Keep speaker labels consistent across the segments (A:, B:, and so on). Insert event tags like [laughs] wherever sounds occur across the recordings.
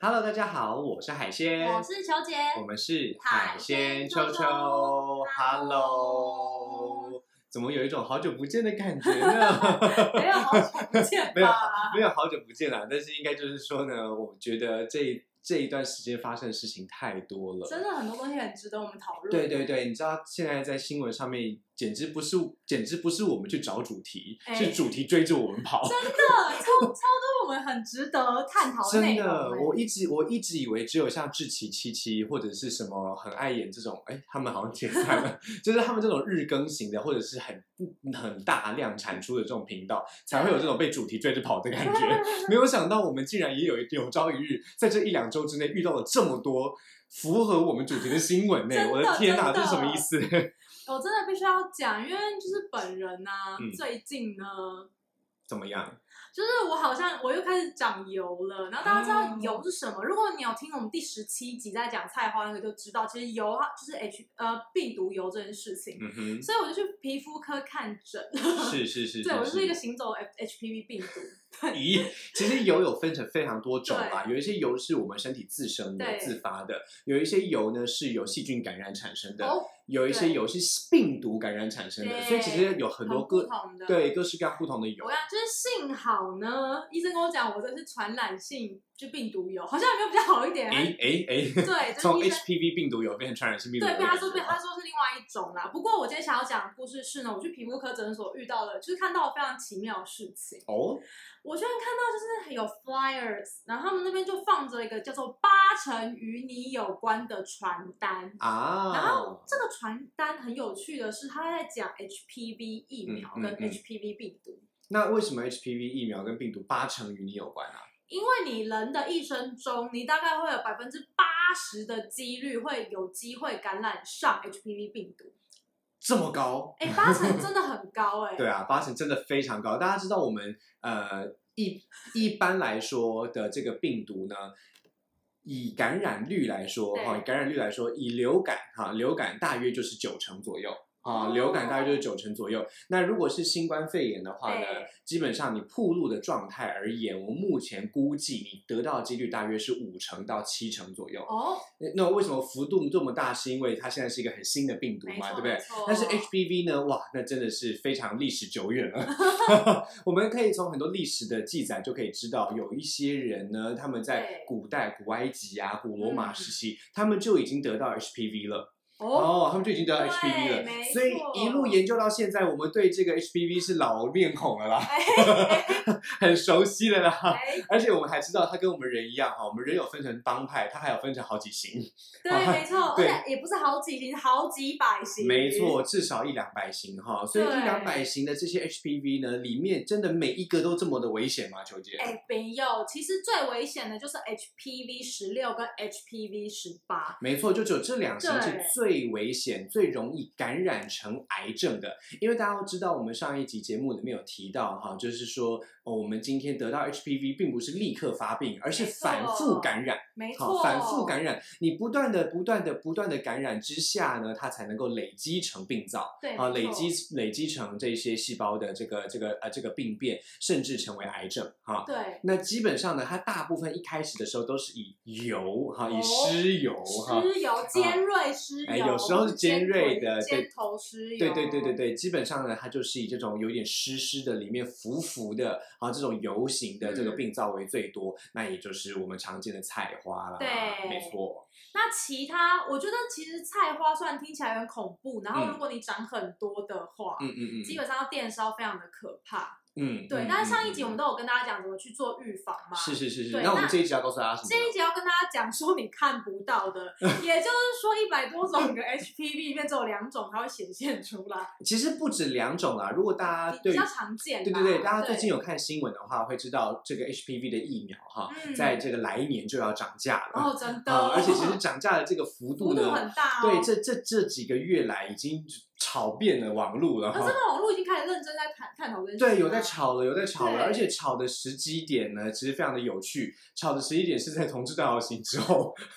A: Hello，大家好，我是海鲜，
B: 我是球姐，
A: 我们是
B: 海
A: 鲜
B: 鲜
A: 秋秋
B: 秋秋
A: Hello，怎么有一种好久不见的感觉呢？
B: [laughs] 没有好久不见
A: [laughs] 没有
B: 吧？
A: 没有好久不见啦，但是应该就是说呢，我觉得这这一段时间发生的事情太多了，
B: 真的很多东西很值得我们讨论。
A: 对对对，你知道现在在新闻上面，简直不是简直不是我们去找主题，
B: 哎
A: 是主题追着我们跑。
B: 真的超超多我们很值得探讨
A: 真
B: 内容
A: 的，
B: 欸
A: 我一直我一直以为只有像志崎七七或者是什么很爱演这种，哎，他们好 [laughs] 像解散了，就是他们这种日更型的，或者是很很大量产出的这种频道，才会有这种被主题追着跑的感觉。没有想到我们竟然也有一有朝一日，在这一两周之内遇到了这么多符合我们主题的新闻呢、
B: 真的
A: 我的天哪，
B: 真
A: 这
B: 的
A: 是什么意思？
B: [laughs]
A: [laughs]
B: 我真的必须要讲，因为就是本人呐、
A: 嗯
B: 最近呢，
A: 怎么样？
B: 就是我好像我又开始长油了。然后大家知道
A: 哦
B: 油是什么？如果你有听我们第十七集在讲菜花那个，就知道其实油它就是 H 呃病毒油这件事情。
A: 嗯哼。
B: 所以我就去皮肤科看诊，
A: 是是是，
B: [laughs] 对我就是一个
A: 是
B: 行走 H HPV 病毒。
A: 咦，其实油有分成非常多种啦，
B: 对
A: 有一些油是我们身体自生的、
B: 对
A: 自发的，有一些油呢是由细菌感染产生的，
B: 哦，
A: 有一些
B: 对
A: 油是病毒感染产生的，所以其实有很多
B: 很不
A: 各
B: 同的。
A: 对各式各样不同的油
B: 我。讲就是幸好呢，医生跟我讲我这是传染性就病毒疣，好像有没有比较好一点？
A: 诶诶诶， [laughs]
B: 对，
A: 从
B: 就是医生。
A: HPV 病毒有变成传染性病毒有
B: 对，
A: 的
B: 被
A: 感觉
B: 他
A: 吗，
B: 说被他说是另外一种啦。不过我今天想要讲的故事是呢，我去皮肤科诊所遇到了，就是看到了非常奇妙的事情。
A: 哦，
B: 我居然看到就是有 flyers，然后他们那边就放着一个叫做“八成与你有关”的传单。
A: 啊，
B: 然后这个传单很有趣的是，他在讲 HPV 疫苗
A: 嗯嗯
B: 跟
A: 嗯
B: HPV 病毒。
A: 那为什么 HPV 疫苗跟病毒八成与你有关啊？
B: 因为你人的一生中，你大概会有百分之八十的几率会有机会感染上 HPV 病毒，
A: 这么高？
B: 哎，八
A: [laughs]
B: 成真的很高哎、
A: 对啊，八成真的非常高。大家知道我们呃一一般来说的这个病毒呢，以感染率来说
B: 对
A: 哈，以感染率来说，以流感哈，流感大约就是九成左右。啊，
B: 哦
A: 流感大约就是九成左右。那如果是新冠肺炎的话呢
B: 对，
A: 基本上你暴露的状态而言，我目前估计你得到的几率大约是五成到七成左右。
B: 哦，
A: 那为什么幅度这么大？是因为它现在是一个很新的病毒
B: 没
A: 嘛，对
B: 错，
A: 不对
B: 没？错
A: 但是 HPV 呢，哇，那真的是非常历史久远
B: [laughs]
A: 了。我们可以从很多历史的记载就可以知道，有一些人呢，他们在
B: 对
A: 古代、古埃及啊、古罗马
B: 嗯
A: 时期，他们就已经得到 HPV 了。
B: 哦，
A: 哦，他们就已经得到
B: 对
A: HPV 了
B: 没，
A: 所以
B: 错
A: 一路研究到现在，我们对这个 HPV 是老面孔了啦，
B: 哎
A: [laughs] 很熟悉的啦。
B: 哎，
A: 而且我们还知道，它跟我们人一样哈，我们人有分成帮派，它还有分成好几型。
B: 对，没错，
A: 对
B: 而且也不是好几型，好几百型，
A: 没错，，至少一两百型哈，所以
B: 对
A: 一两百型的这些 HPV 呢，里面真的每一个都这么的危险吗？球姐？
B: 哎，没有，其实最危险的就是 HPV 十六跟 HPV 十八，
A: 没错，就只有这两型是
B: 对
A: 最危险、最容易感染成癌症的。因为大家都知道，我们上一集节目里面有提到哈，就是说、哦、我们今天得到 HPV 并不是立刻发病，而是
B: 没错
A: 反复感染。
B: 没
A: 好，
B: 错，
A: 反复感染，你不断的、不断的、不断的感染之下呢，它才能够累积成病灶。
B: 对
A: 啊，
B: 没
A: 累
B: 错
A: 积累积成这些细胞的这个这个呃这个病变，甚至成为癌症哈。
B: 对，
A: 那基本上呢，它大部分一开始的时候都是以油哈，以
B: 哦
A: 湿油哈。
B: 湿油，尖锐湿油，
A: 哎有时候是尖锐的对
B: 尖头湿油，
A: 对对对对对，基本上呢，它就是以这种有点湿湿的、里面浮浮的啊，这种油型的这个
B: 嗯
A: 病灶为最多，那也就是我们常见的菜花啦。
B: 对
A: 没错，
B: 那其他，我觉得其实菜花虽然听起来很恐怖，然后
A: 嗯
B: 如果你长很多的话，
A: 嗯嗯嗯，
B: 基本上要电烧非常的可怕。
A: 嗯，
B: 对，
A: 嗯
B: 但是上一
A: 嗯
B: 集我们
A: 嗯
B: 都有跟大家讲怎么去做预防嘛。
A: 是是是是，
B: 对
A: 那我们
B: 那
A: 这一集要告诉大家什么呢？
B: 这一集要跟大家讲说你看不到
A: [laughs]
B: 的，也就是说一百多种的 HPV 里面只有两种它会显现出来，
A: 其实不止两种啦，如果 [laughs] 大家
B: 比
A: 对
B: 比较常见吧。
A: 对对对，大家最近
B: 有
A: 有看新闻的话，会知道这个 HPV 的疫苗哈，
B: 嗯
A: 在这个来年就要涨价了，嗯
B: 哦，真的，
A: 啊而且其实涨价的这个幅
B: [laughs] 幅
A: 度呢，
B: 度很大哦。
A: 对这这这几个月来已经吵遍了网络，然
B: 那
A: 后
B: 哦啊真的网络已经开始认真在探探讨跟
A: 对有在吵了，有在吵了，
B: 对
A: 而且吵的时机点呢，其实非常的有趣。吵的时机点是在同志大游行之后， [laughs]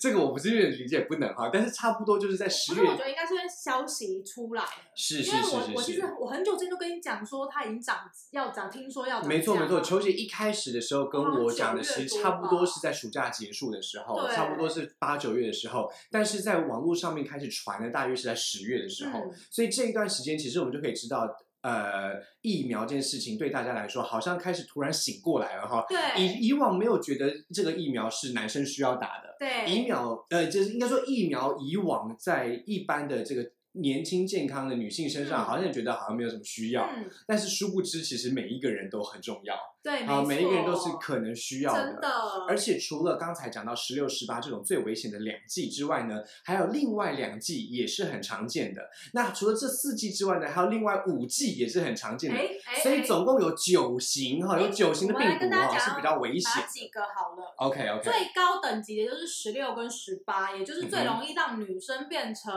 A: 这个我不是越理解不能哈，但是差不多就是在
B: 不
A: 十
B: 是，我
A: 月
B: 觉，得应该是因为消息出来了，
A: 是是
B: 因为
A: 是
B: 我
A: 是
B: 我其
A: 是
B: 实。我很久之前就跟你讲说它已经涨要涨，听说要涨价了，嗯
A: 没错没错，球鞋一开始的时候跟
B: 好像
A: 我讲的
B: 九
A: 其
B: 月
A: 实
B: 多
A: 差不多
B: 吧
A: 是在暑假结束的时候，
B: 对
A: 差不多是八九月的时候，但是在网络上面开始传的大约是在十月的时候，
B: 嗯
A: 所以这一段时间，其实我们就可以知道，呃，疫苗这件事情对大家来说，好像开始突然醒过来了哈。
B: 对
A: 以以往没有觉得这个疫苗是男生需要打的，疫
B: 对，
A: 苗呃，就是应该说疫苗以往在一般的这个年轻健康的女性身上，
B: 嗯
A: 好像觉得好像没有什么需要，
B: 嗯
A: 但是殊不知其实每一个人都很重要，
B: 对，
A: 啊，
B: 没
A: 每一个人都是
B: 错
A: 可能需要
B: 真的，
A: 而且除了刚才讲到十六、十八这种最危险的两剂之外呢，还有另外两剂也是很常见的。那除了这四剂之外呢，还有另外五剂也是很常见的。
B: 哎哎，
A: 所以
B: 哎
A: 总共有九型哈，
B: 哎
A: 有九型的病
B: 我来跟
A: 毒
B: 大家
A: 哈
B: 讲
A: 是比较危险
B: 哪。几个好了？
A: OK OK，
B: 最高等级的就是十六跟十八，也就是最
A: 嗯哼
B: 容易让女生变成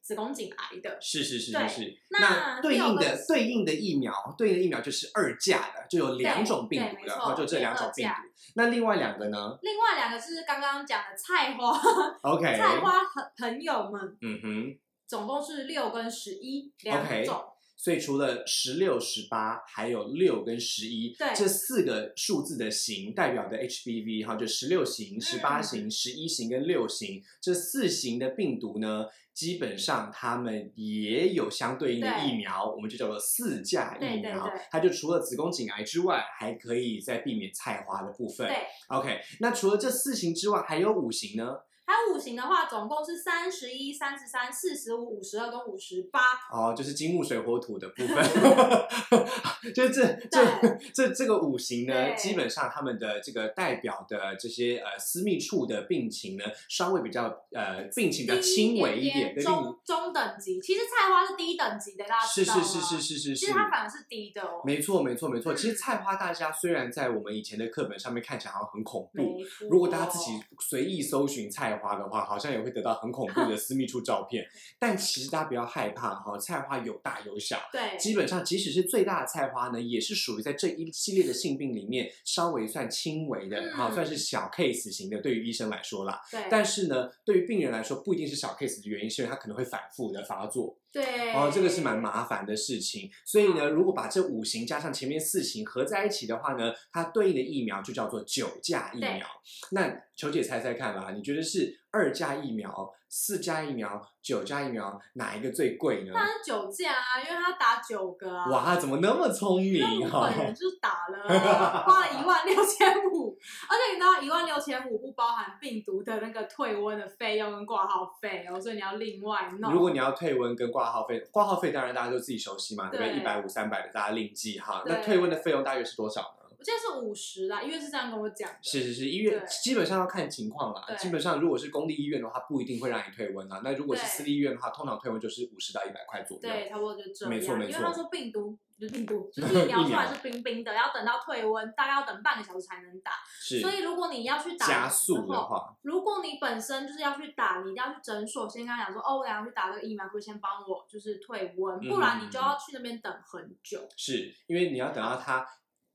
B: 子宫颈癌的。
A: 是是是
B: 对
A: 是是。
B: 那
A: 对
B: 第二
A: 应
B: 个
A: 的
B: 是
A: 对应的疫苗，对应的疫苗就是二价的，就有两种病
B: 对
A: 毒
B: 没
A: 的，
B: 错
A: 哈，就这两种病
B: 二
A: 毒。那另外两个呢
B: 另外两个就是刚刚讲的菜花，
A: [laughs] ？OK，
B: 菜花朋朋友们
A: 嗯哼。
B: 总共是六跟十一两
A: OK
B: 种。
A: 所以除了十六、十八，还有六跟十一，
B: 对
A: 这四个数字的型代表的 HPV 哈，就十六型、十
B: 嗯
A: 八型、十一型跟六型这四型的病毒呢，基本上它们也有相对应的
B: 对
A: 疫苗，我们就叫做四价疫苗。
B: 对对对
A: 它就除了子宫颈癌之外，还可以再避免菜花的部分。
B: 对，
A: OK，那除了这四型之外，还有五型呢？
B: 还有五行的话，总共是三十一、三十三、四十五、五十二跟五十八。
A: 哦，就是金木水火土的
B: [laughs]
A: 部分，就是这这这这个五行呢，
B: 对
A: 基本上他们的这个代表的这些呃私密处的病情呢，稍微比较呃病情比较轻微一点，对病
B: 中中等级。其实菜花是低等级的，大家
A: 是
B: 知道
A: 是
B: 吗？
A: 是是是是
B: 其
A: 是
B: 实。它反而是低的哦。
A: 没错，没错，没错。其实菜花大家虽然在我们以前的课本上面看起来好像很恐怖，
B: 没错
A: 如果大家自己随意搜寻菜花的话，好像也会得到很恐怖的私密处照
B: [laughs]
A: 片。但其实大家不要害怕哈，菜花有大有小，
B: 对
A: 基本上，即使是最大的菜花呢，也是属于在这一系列的性病里面稍微算轻微的，
B: 嗯
A: 哈、算是小 case 型的，对于医生来说啦。
B: 对，
A: 但是呢，对于病人来说，不一定是小 case 的原因，是因为他可能会反复的发作，
B: 对
A: 哦，这个是蛮麻烦的事情。所以呢，如果把这五行加上前面四行合在一起的话呢，它对应的疫苗就叫做九价疫苗
B: 对。
A: 那球姐猜猜看啦，你觉得是二价疫苗、四价疫苗、九价疫苗哪一个最贵呢？
B: 当然是酒驾啊，因为他打九个啊。
A: 哇，怎么那么聪
B: 因为
A: 明啊
B: 我
A: 哈、
B: 本人就是打
A: [laughs]
B: 了啊，花了一万六千五，而且你知道一万六千五不包含病毒的那个退温的费用跟挂号费哦，所以你要另外弄。
A: 如果你要退温跟挂号费，挂号费当然大家都自己熟悉嘛，对不对？一
B: 对
A: 百五、三百的大家另计哈。
B: 对
A: 那退温的费用大约是多少呢？
B: 我记得是五十啦，医院是这样跟我讲的。
A: 是是是，医院
B: 对
A: 基本上要看情况啦。
B: 对
A: 基本上如果是公立医院的话，不一定会让你退温啊。那如果是
B: 对
A: 私立医院的话，通常退温就是五十到一百块左右。
B: 对，差不多就这样。
A: 没错没错
B: 因为他说病毒。就是
A: [laughs]
B: 病毒，就是疫苗
A: 疫
B: 出
A: 苗
B: 来是冰冰的，要等到退温，大概要等半个小时才能打。
A: 是
B: 所以如果你要去打
A: 加
B: 的时
A: 速的
B: 候，
A: 话，
B: 如果你本身就是要去打，你一定要去诊所，先跟他讲说，哦，我等一下去打这个疫苗，可不可以先帮我就是退温，
A: 嗯
B: 不然你就要去那边等很久。
A: 是因为你要等到它。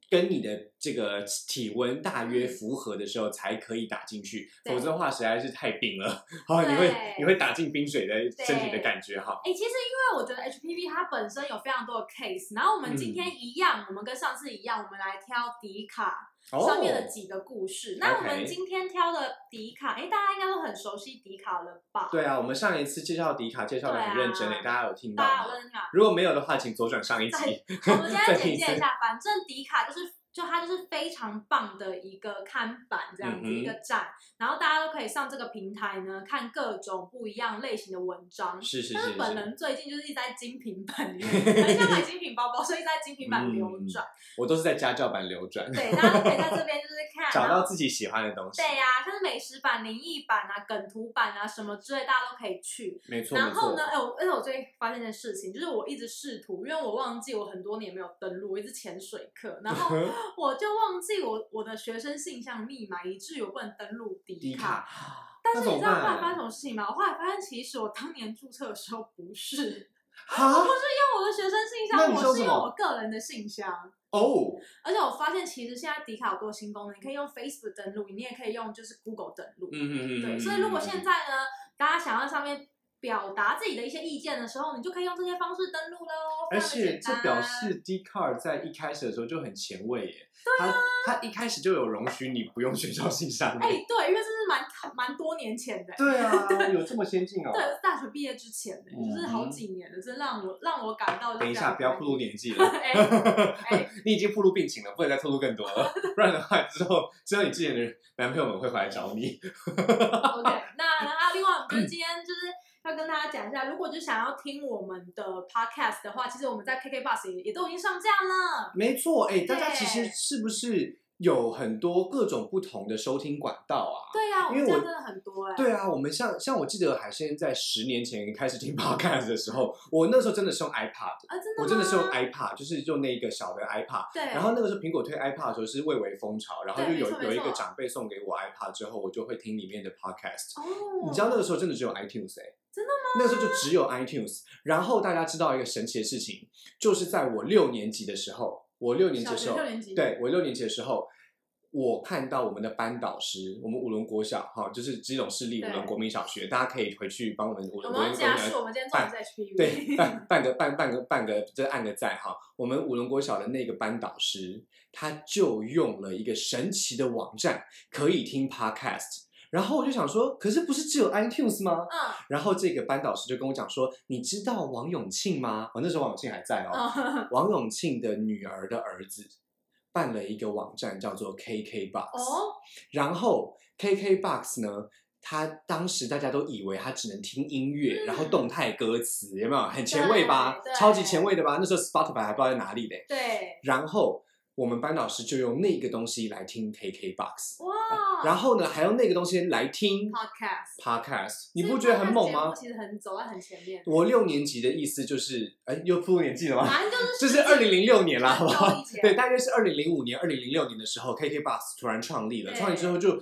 A: 跟你的这个体温大约符合的时候才可以打进去，
B: 嗯对
A: 否则的话实在是太冰了，哦，你会
B: 对
A: 你会打进冰水的身体的
B: 对
A: 感觉哈。
B: 哎、其实因为我觉得 HPV 它本身有非常多的 case，然后我们
A: 嗯
B: 今天一样，我们跟上次一样，我们来挑迪卡
A: 哦
B: 上面的几个故事。那我
A: OK
B: 们今天挑的迪卡，哎、大家应该都很熟悉迪卡了吧？
A: 对啊，我们上一次介绍迪卡介绍的很认真诶、欸
B: 对啊
A: 大家有听到
B: 大家有
A: 吗？
B: 认真听吗？
A: 如果没有的话，请左转上一集。
B: 我们今
A: [laughs] 再听
B: 天简
A: 一
B: 介
A: 次
B: 一下，反正迪卡就是就它就是非常棒的一个看板这样
A: 嗯
B: 子、
A: 哼
B: 一个站，然后大家都可以上这个平台呢看各种不一样类型的文章。
A: 是是是
B: 但
A: 是
B: 是本人最近就是一直在精品版里面，很想买精品包包，所以一直在精品版流
A: 嗯
B: 转。
A: 我都是在家教版流转，
B: 对，大家都可以在这边就是
A: [laughs]
B: 看，
A: 找
B: 然
A: 到
B: 后
A: 自己喜欢的东西。
B: 对啊呀、像是美食版、灵异版啊、梗图版啊什么之类，大家都可以去。
A: 没错，
B: 然
A: 没
B: 后
A: 错
B: 呢，。哎、我而且我最近发现一件事情，就是我一直试图，因为我忘记我很多年没有登录，我一直潜水课，
A: [laughs]
B: 然后我就忘记我我的学生信箱密码，以至于我不能登录
A: 迪
B: 迪卡。
A: 卡，
B: 但是
A: 那
B: 你
A: 怎
B: 知
A: 么
B: 道后来发
A: 办？ [laughs]
B: 生什么事情吗？我后来发现，其实我当年注册的时候不是，我
A: 哈
B: 不是用我的学生信
A: 那
B: 箱，
A: 你用
B: 我是
A: 什
B: 用
A: 么
B: 我个人的信箱。
A: 哦，
B: 而且我发现，其实现在迪卡有多新功能，你可以用 Facebook 登录，你也可以用就是 Google 登录。
A: 嗯嗯嗯，
B: 对，所以如果现
A: 在
B: 在呢，大家想要上面表达自己的一些意见的时候，你就可以用这些方式登录喽，非
A: 而
B: 常
A: 且
B: 的简
A: 这
B: 单。
A: 表示 d c a r 在一开始的时候就很前卫耶，
B: 啊
A: 他他一开始就有容许你不用学校信箱
B: 哎、
A: 耶，
B: 对，因为这是蛮蛮多年前的、
A: 对啊，有这么先进哦。
B: 对，大学毕业之前的、就是好
A: 嗯
B: 几年了，真让我让我感到就
A: 等一
B: 非
A: 下，
B: 常
A: 不要
B: 开
A: 暴
B: 心
A: 露年纪了。
B: 哎哎，
A: [laughs] 你已经暴露病情了，不能再透露更多了，不然的话之后之后你之前的男朋友们会回来找你。
B: OK，
A: [laughs]
B: 那然后另外我
A: 嗯
B: 们就是今天就是要跟大家讲一下，如果就想要听我们的 podcast 的话，其实我们在 KK Bus 也也都已经上架了。
A: 没错，哎，大家
B: 对
A: 其实是不是有很多各种不同的收听管道啊？
B: 对呀、我
A: 因为
B: 们家
A: 我
B: 真的很多哎、
A: 对啊，我们像像我记得海鲜在十年前开始听 [laughs] podcast 的时候，我那时候真的是用 iPad，
B: 啊，真的吗？
A: 我真的是用 iPad，就是用那个小的 iPad。
B: 对，
A: 然后那个时候苹果推 iPad 的时候是蔚为风潮，然后就
B: 对
A: 有
B: 没错
A: 有
B: 没
A: 一
B: 错
A: 个长辈送给我 iPad 之后，我就会听里面的 podcast。
B: 哦，
A: 你知道那个时候真的只有 iTunes 哎、
B: 真的
A: 吗？那时候就只有 iTunes。然后大家知道一个神奇的事情，就是在我六年级的时候，我六年级
B: 小
A: 的时
B: 学
A: 候
B: 六，年级
A: 对我六年级的时候，我看到我们的班导师，我们五轮国小哈，就是基隆市立五
B: 对
A: 轮国民小学，大家可以回去帮我们五
B: 我
A: 轮国
B: 们
A: 民
B: 要
A: 国
B: 加
A: 小
B: 是我们今天重点是 HPV， [laughs]
A: 对，办办个办办个办个，这按个赞哈。我们五轮国小的那个班导师，他就用了一个神奇的网站，可以听 podcast。然后我就想说，可是不是只有 iTunes 吗？
B: 嗯
A: 然后这个班导师就跟我讲说，你知道王永庆吗？哦，那时候王永庆还在哦。
B: 嗯，
A: 王永庆的女儿的儿子办了一个网站，叫做 KKBox。
B: 哦，
A: 然后 KKBox 呢，它当时大家都以为它只能听音乐，
B: 嗯
A: 然后动态歌词，有没有很前卫吧
B: 对？对
A: 超级前卫的吧？那时候 Spotify 还不知道在哪里嘞。
B: 对，
A: 然后我们班导师就用那个东西来听 KKBox，
B: 哇，
A: 嗯然后呢还用那个东西来听
B: podcast，
A: Podcast，你不觉得很猛
B: 所以 podcast 节目
A: 吗？
B: 其实很走在很前面，
A: 我六年级的意思就是，哎，又步入年纪了吗？
B: 反正就是
A: 这
B: 十
A: 是
B: 几
A: 二零零六年啦，
B: 很
A: 好不
B: 久
A: 好
B: 以？前嗯
A: 对，大约是二零零五年、二零零六年的时候，KKBox 突然创立了，
B: 对
A: 创立之后就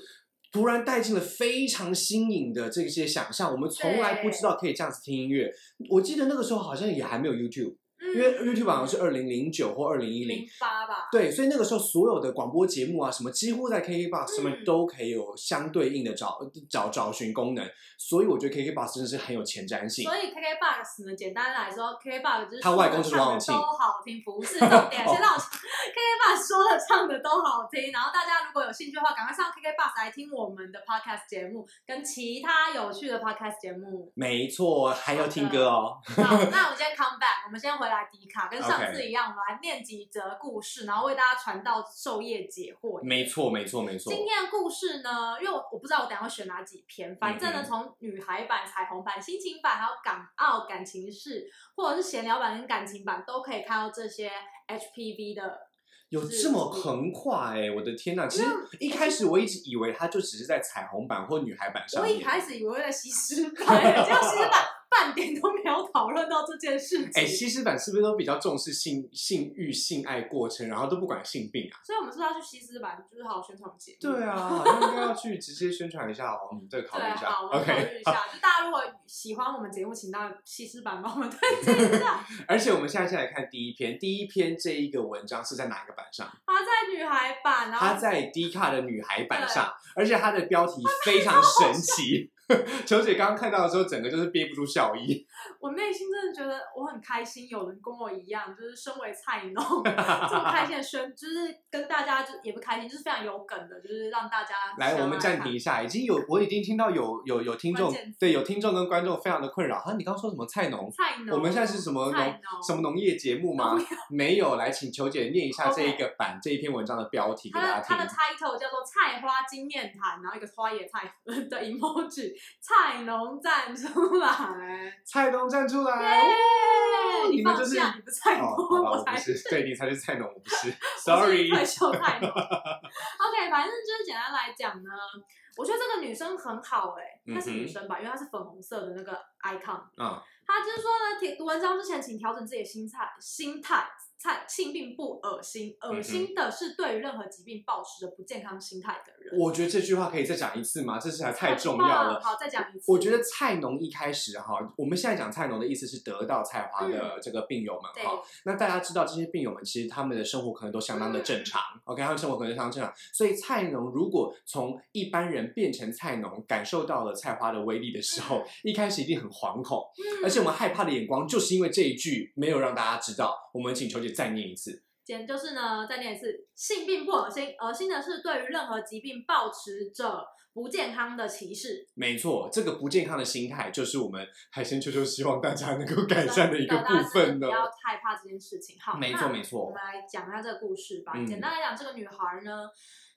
A: 突然带进了非常新颖的这些想象，我们从来不知道可以这样子听音乐。我记得那个时候好像也还没有 YouTube，因为 YouTube 好像是二零零九或二零一零
B: 嗯零。八吧，
A: 对，所以那个时候所有的广播节目啊，什么几乎在 KKBox 上面
B: 嗯
A: 都可以有相对应的找找找寻功能，所以我觉得 KKBox 真的是很有前瞻性。
B: 所以 KKBox 呢，简单来说，KKBox 就是
A: 它
B: 说
A: 外
B: 的
A: 公是
B: 唱
A: 王
B: 的
A: 永庆。
B: 都好听，不是重点。先让我 KKBox 说的唱的都好听，然后大家如果有兴趣的话，赶快上 KKBox 来听我们的 podcast 节目，跟其他有趣的 podcast 节目
A: 没错，还要听歌哦。
B: 好，那我们先 come back，我们先回来迪卡，跟上
A: OK
B: 次一样，我们来念几则故事，然后为大家传道授业解惑。
A: 没错，没错，没错。
B: 今天的故事呢，因为我我不知道我等一下会选哪几篇，反正呢，
A: 嗯哼
B: 从女孩版、彩虹版、心情版，还有港澳感情式，或者是闲聊版跟感情版，都可以看到这些 HPV 的。
A: 有
B: 是
A: 这么
B: 是
A: 横跨哎、我的天呐！其实
B: 那
A: 一开始我一直以为它就只是在彩虹版或女孩版上
B: 我
A: 面。
B: 一开始以为会在西施版，结 [laughs] 果西施版半点都没有讨论到这件事情。
A: 哎、西施版是不是都比较重视性性欲、性爱过程，然后都不管性病啊？
B: 所以我们是不是要去西施版，就是好好宣传节目。
A: 对啊， [laughs] 好像应该要去直接宣传一下哦，我们再考虑一
B: 对，
A: 下。
B: 好，我们考
A: OK，
B: 虑一下。就大家如果喜欢我们节目，请到西施版帮我们推荐 [laughs] 一下。
A: 而且我们现在先来看第一篇，第一篇这一个文章是在哪一个版上？
B: 他在女孩版，然后
A: 它在 D 卡的女孩版上，而且它的标题非常神奇。 [laughs] 球姐刚刚看到的时候，整个就是憋不住笑意。
B: 我内心真的觉得我很开心，有人跟我一样，就是身为菜
A: [laughs]
B: 农这么开心的宣，就是跟大家就也不开心，就是非常有梗的，就是让大家
A: 来，
B: 想
A: 我们暂停
B: 看。
A: 一下，已经有我已经听到有有有听众
B: 啊关键词
A: 对有听众跟观众非常的困扰。啊，你刚刚说什么菜农？
B: 菜农，
A: 我们现在是什么农
B: 菜农
A: 什么？农业节目吗
B: 农？
A: 没有，来请求姐念一下
B: OK
A: 这一个版这一篇文章的标题给
B: 它
A: 大家
B: 的它的
A: 听。
B: title 叫做“菜花经验谈”，然后一个花野菜的 emoji，菜农站出来，
A: 菜农站出来！
B: 耶
A: 哦！你
B: 你
A: 们
B: 放
A: 就是
B: 下，你不菜农，
A: 哦，好吧，我
B: 才
A: 不是，对你才是菜农，我不是。
B: [laughs] 我是
A: Sorry，
B: 退休太农。OK，反正就是简单来讲呢，我觉得这个女生很好哎、她是女生吧，因为她是粉红色的那个 icon。
A: 嗯啊，
B: 她就是说呢，听读文章之前，请调整自己的心态，心态菜性病不恶心，
A: 嗯
B: 恶心的是对于任何疾病保持着不健康心态的
A: [laughs]
B: 人。
A: 我觉得这句话可以再讲一次吗？这实在太重要
B: 好
A: 了。
B: 好，再讲一次。
A: 我觉得菜农一开始哈，我们现在讲菜农的意思是得到菜花的这个病友们
B: 嗯对
A: 哈、那大家知道这些病友们其实他们的生活可能都相当的正常、o
B: 嗯
A: k 他们生活可能相当正常。所以菜农如果从一般人变成菜农，感受到了菜花的威力的时候，
B: 嗯
A: 一开始一定很惶恐，
B: 嗯
A: 而且我们害怕的眼光就是因为这一句没有让大家知道。我们请球姐再念一次。
B: 简就是呢，再念一次，性病不恶心，恶心的是对于任何疾病保持着不健康的歧视。
A: 没错，这个不健康的心态就是我们海鲜球球希望大家能够改善的一哦个
B: 大家
A: 部分
B: 真
A: 呢
B: 不。要害怕这件事情。好，
A: 没
B: 那
A: 错，没
B: 我
A: 错
B: 们，来讲一下这个故事吧。
A: 嗯
B: 简单来讲，这个女孩呢，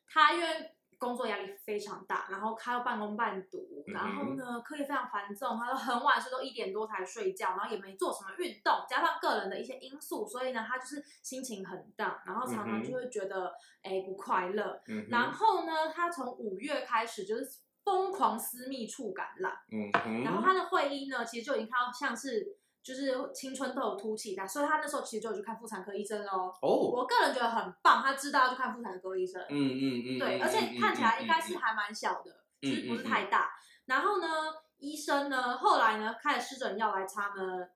B: 她因为工作压力非常大，然后她又半工半读，
A: 嗯哼
B: 然后呢课业非常繁重，她都很晚睡，都一点多才睡觉，然后也没做什么运动，加上个人的一些因素，所以呢，她就是心情很荡，然后常
A: 嗯
B: 常
A: 哼
B: 就会觉得哎、不快乐。
A: 嗯
B: 然
A: 哼，
B: 后呢，她从五月开始就是疯狂私密处感染。
A: 嗯哼，
B: 然后他的会阴呢，其实就已经看到像是就是青春痘凸起的，所以他那时候其实就有去看妇产科医生喽。
A: 哦，
B: 我个人觉得很棒，他知道要去看妇产科医生，
A: 嗯嗯嗯，
B: 对，
A: 嗯
B: 而且看起来应该是
A: 嗯
B: 还蛮小的，
A: 嗯
B: 就是不是太大。然后呢，医生呢后来呢开了湿疹药来擦呢，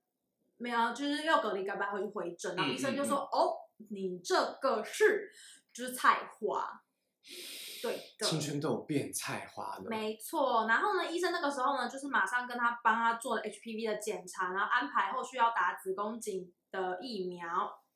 B: 没有，就是又隔离干巴回去回诊，
A: 嗯
B: 然后医生就说：“哦，你这个是就是菜花。”对的，
A: 青春痘变菜花了，
B: 没错，然后呢，医生那个时候呢，就是马上跟他帮他做了 HPV 的检查，然后安排后续要打子宫颈的疫苗。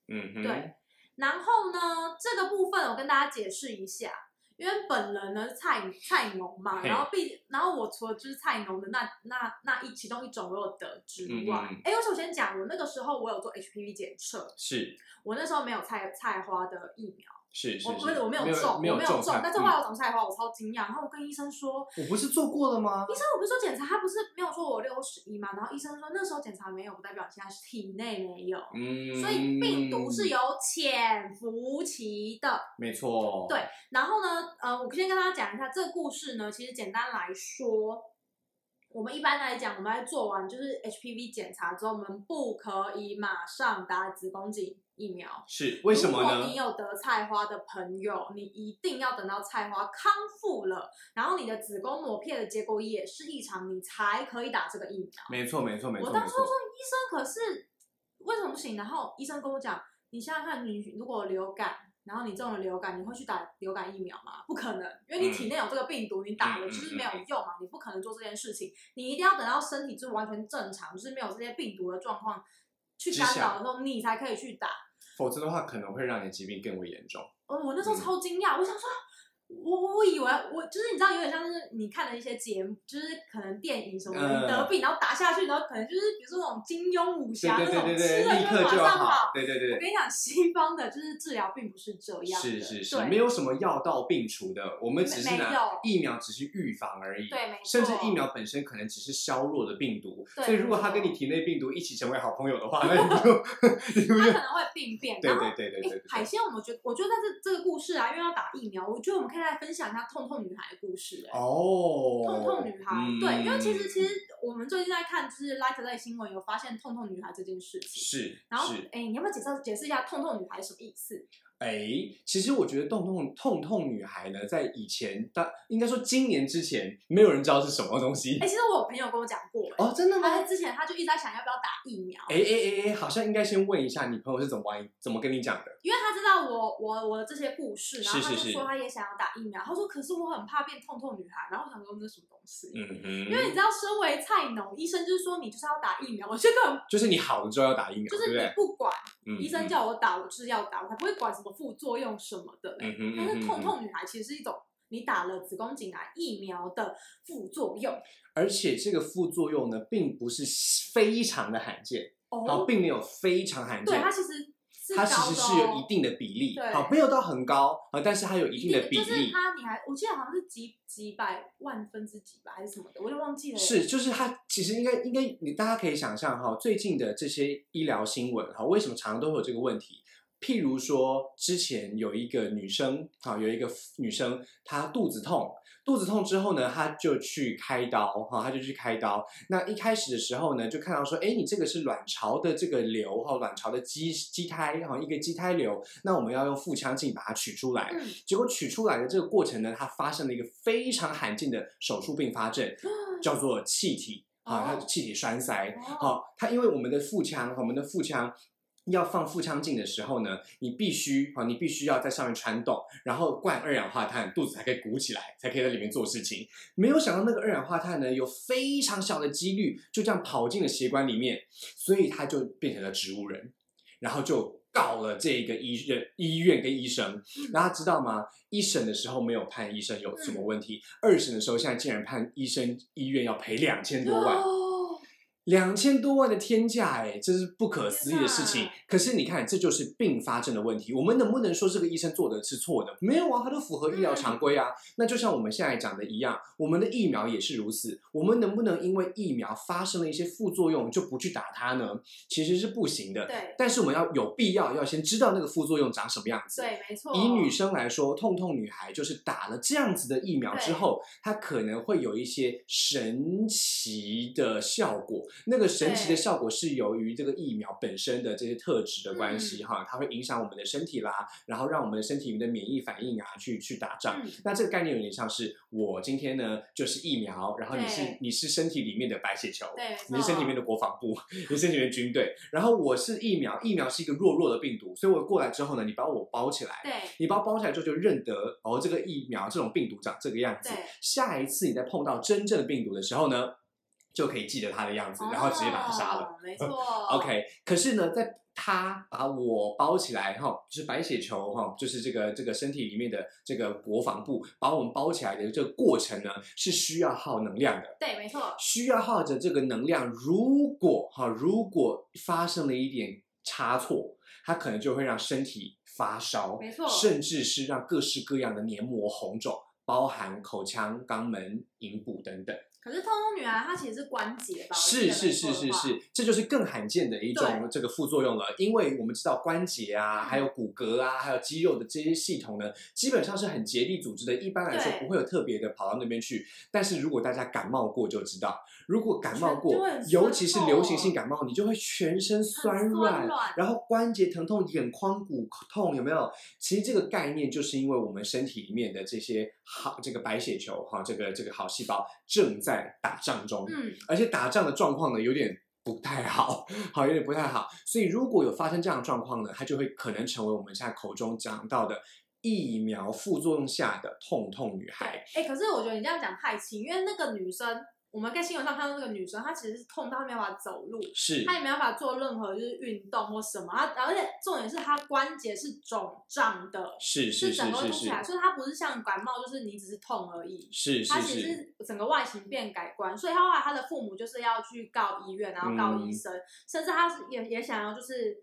A: 嗯哼，
B: 对，然后呢，这个部分我跟大家解释一下，因为本人呢菜菜农嘛，
A: 嘿
B: 然后毕，然后我除了就是菜农的那那那一其中一种我有得之外
A: 嗯嗯嗯，
B: 哎、我首先讲，我那个时候我有做 HPV 检测，
A: 是
B: 我那时候没有菜菜花的疫苗，
A: 是是，
B: 我不是
A: 是
B: 我没有
A: 有
B: 中，我
A: 没
B: 没有中，
A: 菜
B: 但是后来我长菜花，我超惊讶，然后我跟医生说。
A: 嗯我不是做过了吗
B: 医？生，我不是说检查，他不是没有说我六十一嘛？然后医生说那时候检查没有，不代表现在是体内没有，
A: 嗯，
B: 所以病毒是有潜伏期的。
A: 没错，
B: 对，然后呢，呃，我先跟大家讲一下这个故事呢，其实简单来说。我们一般来讲，我们在做完就是 HPV 检查之后，我们不可以马上打子宫颈疫苗。
A: 是为什么
B: 如果你
A: 呢？
B: 有得菜花的朋友，你一定要等到菜花康复了，然后你的子宫膜片的结果也是异常，你才可以打这个疫苗。
A: 没错没错没错，
B: 我
A: 没
B: 当初说
A: 错，
B: 医生可是为什么不行？然后医生跟我讲，你想想看，你如果流感，然后你中了流感，你会去打流感疫苗吗？不可能，
A: 嗯
B: 因为你体内有这个病毒，你打了就是没有用嘛，你不可能做这件事情。你一定要等到身体就是完全正常，就是没有这些病毒的状况去
A: 之
B: 干
A: 下
B: 扰的时候，你才可以去打。
A: 否则的话可能会让你的疾病更为严重。
B: 哦，我那时候
A: 嗯
B: 超惊讶，我想说，我我以为我就是你知道，有点像是你看的一些节目，就是可能电影什么的，
A: 嗯
B: 你得病然后打下去，然后可能就是比如说那种金庸武
A: 对
B: 侠
A: 对
B: 那
A: 对
B: 种，
A: 对
B: 吃
A: 对，
B: 了
A: 立
B: 会
A: 刻
B: 马
A: 就
B: 上好
A: 好。。对对
B: 我
A: 对。
B: 跟你讲，西方的就是治疗并不是这样的，
A: 是是是，
B: 对
A: 没有什么药到病除的，我们只是
B: 没没
A: 拿
B: 有
A: 疫苗只是预防而已。
B: 对，没错，
A: 甚至疫苗本身可能只是削弱的病毒，
B: 对
A: 所以如果它跟你体内病毒一起成为好朋友的
B: [laughs]
A: 话，那你就你就
B: 它可能会病变，
A: 对
B: 然后哎
A: 对对对对
B: 诶
A: 对
B: 海
A: 对。
B: 鲜，我们觉得，我觉得在这这个故事啊，因为要打疫苗，我觉得我们可以来分享一下痛痛女孩的故事、诶欸
A: 哦，
B: 痛痛女孩，
A: 嗯
B: 对，因为其实其实我们最近在看就是 Light 类新闻，有发现痛痛女孩这件事情。
A: 是，
B: 然后
A: 是，
B: 哎，你要不要解释解释一下痛痛女孩什么意思？
A: 哎，其实我觉得痛痛痛痛女孩呢，在以前大应该说今年之前，没有人知道是什么东西
B: [laughs] 哎，其实我有朋友跟我讲过，诶
A: 哦，真的
B: 他
A: 吗
B: 在？之前他就一直在想要不要打疫苗，
A: 哎哎哎哎，好像应该先问一下你朋友是怎么玩，怎么跟你讲的。
B: 因为他知道我我我的这些故事，然后
A: 是
B: 他
A: 是
B: 就是说他也想要打疫苗，他说可是我很怕变痛痛女孩，然后我想说那是什么东西？
A: 嗯哼，
B: 因为你知道，身为菜农，医生就是说你就是要打疫苗，我觉得根本
A: 就是你好了之后要打疫苗，
B: 就
A: 对
B: 是
A: 不
B: 你
A: 对？
B: 不管，
A: 嗯
B: 医生
A: 嗯
B: 叫我打，我就是要打，我还不会管什么副作用什么的嘞。
A: 嗯哼嗯
B: 但
A: 哼
B: 是痛
A: 嗯哼
B: 痛女孩其实是一种你打了子宫颈癌疫苗的副作用
A: 而且这个副作用呢，并不是非常的罕见，好，
B: 哦，
A: 并没有非常罕
B: 对，
A: 见
B: 它，其实是
A: 它
B: 高
A: 其实
B: 的
A: 是有一
B: 哦
A: 定的比例
B: 对，
A: 好，没有到很高啊，但是它有一
B: 一
A: 定的比
B: 就是
A: 例。
B: 它你还我记得好像是几几百万分之几吧，还是什么的，我就忘记了。
A: 是，就是它其实应该应该你大家可以想象哈，最近的这些医疗新闻哈，为什么常常都会有这个问题？譬如说，之前有一个女生啊，有一个女生，她肚子痛，肚子痛之后呢，她就去开刀哈、她就去开刀。那一开始的时候呢，就看到说，哎，你这个是卵巢的这个瘤哈、卵巢的畸畸胎哈、一个畸胎瘤，那我们要用腹腔镜把它取出来。
B: 嗯，
A: 结果取出来的这个过程呢，它发生了一个非常罕见的手术并发
B: [gasps]
A: 症，叫做气体啊，它
B: 哦
A: 气体栓塞。
B: 哦，
A: 好、它因为我们的腹腔，我们的腹腔。要放腹腔镜的时候呢，你必须啊，你必须要在上面穿洞，然后灌二氧化碳，肚子才可以鼓起来，才可以在里面做事情。没有想到那个二氧化碳呢，有非常小的几率就这样跑进了血管里面，所以他就变成了植物人，然后就告了这个医院医院跟医生。然后知道吗？一审的时候没有判医生有什么问题，二审的时候现在竟然判医生医院要赔两千多万。
B: 哦
A: 两千多万的天价，哎，这是不可思议的事
B: 天
A: 情
B: 哪。
A: 可是你看，这就是并发症的问题。我们能不能说这个医生做的是错的？没有啊，他都符合医疗
B: 嗯
A: 常规啊。那就像我们现在讲的一样，我们的疫苗也是如此。我们能不能因为疫苗发生了一些副作用就不去打它呢？其实是不行的。
B: 对
A: 但是我们要有必要要先知道那个副作用长什么样子。
B: 对，没错。
A: 以女生来说，痛痛女孩就是打了这样子的疫苗之后，她可能会有一些神奇的效果。那个神奇的
B: 对
A: 效果是由于这个疫苗本身的这些特质的关
B: 嗯
A: 系哈，它会影响我们的身体啦，然后让我们的身体里面的免疫反应啊去去打仗。
B: 嗯，
A: 那这个概念有点像是我今天呢就是疫苗，然后你是
B: 对
A: 你是身体里面的白血球，
B: 对，
A: 你是身体里面
B: 的
A: 的国防部，你是身体里面的军队，然后我是疫苗，疫苗是一个弱弱的病毒，所以我过来之后呢，你把我包起来，
B: 对
A: 你把它包起来之后就认得哦，这个疫苗这种病毒长这个样子
B: 对。
A: 下一次你再碰到真正的病毒的时候呢，就可以记得它的样子，然后直接把它杀了。
B: 哦，没错。
A: OK，可是呢，在它把我包起来哈，就是白血球哈，就是这个这个身体里面的这个国防部把我们包起来的这个过程呢，是需要耗能量的。
B: 对，没错。
A: 需要耗着这个能量，如果哈，如果发生了一点差错，它可能就会让身体发烧，
B: 没错
A: 甚至是让各式各样的黏膜红肿，包含口腔、肛门、阴部等等。
B: 可是通通女孩她其实是关节吧？我记
A: 是
B: 得
A: 是是
B: 没错的
A: 是
B: 话，
A: 是，这就是更罕见的一种
B: 对
A: 这个副作用了。因为我们知道关节啊，
B: 嗯
A: 还有骨骼啊，还有肌肉的这些系统呢，基本上是很竭力组织的。一般来说
B: 对
A: 不会有特别的跑到那边去。但是如果大家感冒过就知道，如果感冒
B: 全就
A: 过
B: 会很，
A: 尤
B: 酸
A: 其是
B: 痛
A: 流行性感冒，你就会全身酸
B: 很
A: 软
B: 酸，软。
A: 然后关节疼痛、眼眶骨痛有没有？其实这个概念就是因为我们身体里面的这些好这个白血球哈，这个这个好细胞正在打仗中，
B: 嗯，
A: 而且打仗的状况呢有点不太好， [laughs] 好有点不太好。所以如果有发生这样的状况呢，它就会可能成为我们现在口中讲到的疫苗副作用下的痛痛女
B: 对。
A: 孩。
B: 哎、可是我觉得你这样讲太轻，因为那个女生，我们在新闻上看到那个女生，她其实是痛到她没有办法走路，
A: 是，
B: 她也没有办法做任何就是运动或什么，她而且重点是她关节是肿胀的，
A: 是是是
B: 整个会
A: 是
B: 凸
A: 是
B: 起来，所以她不是像感冒，就是你只是痛而已。
A: 是
B: 她
A: 是
B: 其
A: 是，
B: 实是整个外形变改观，所以后来她的父母就是要去告医院，然后告
A: 嗯
B: 医生，甚至她是也也想要就是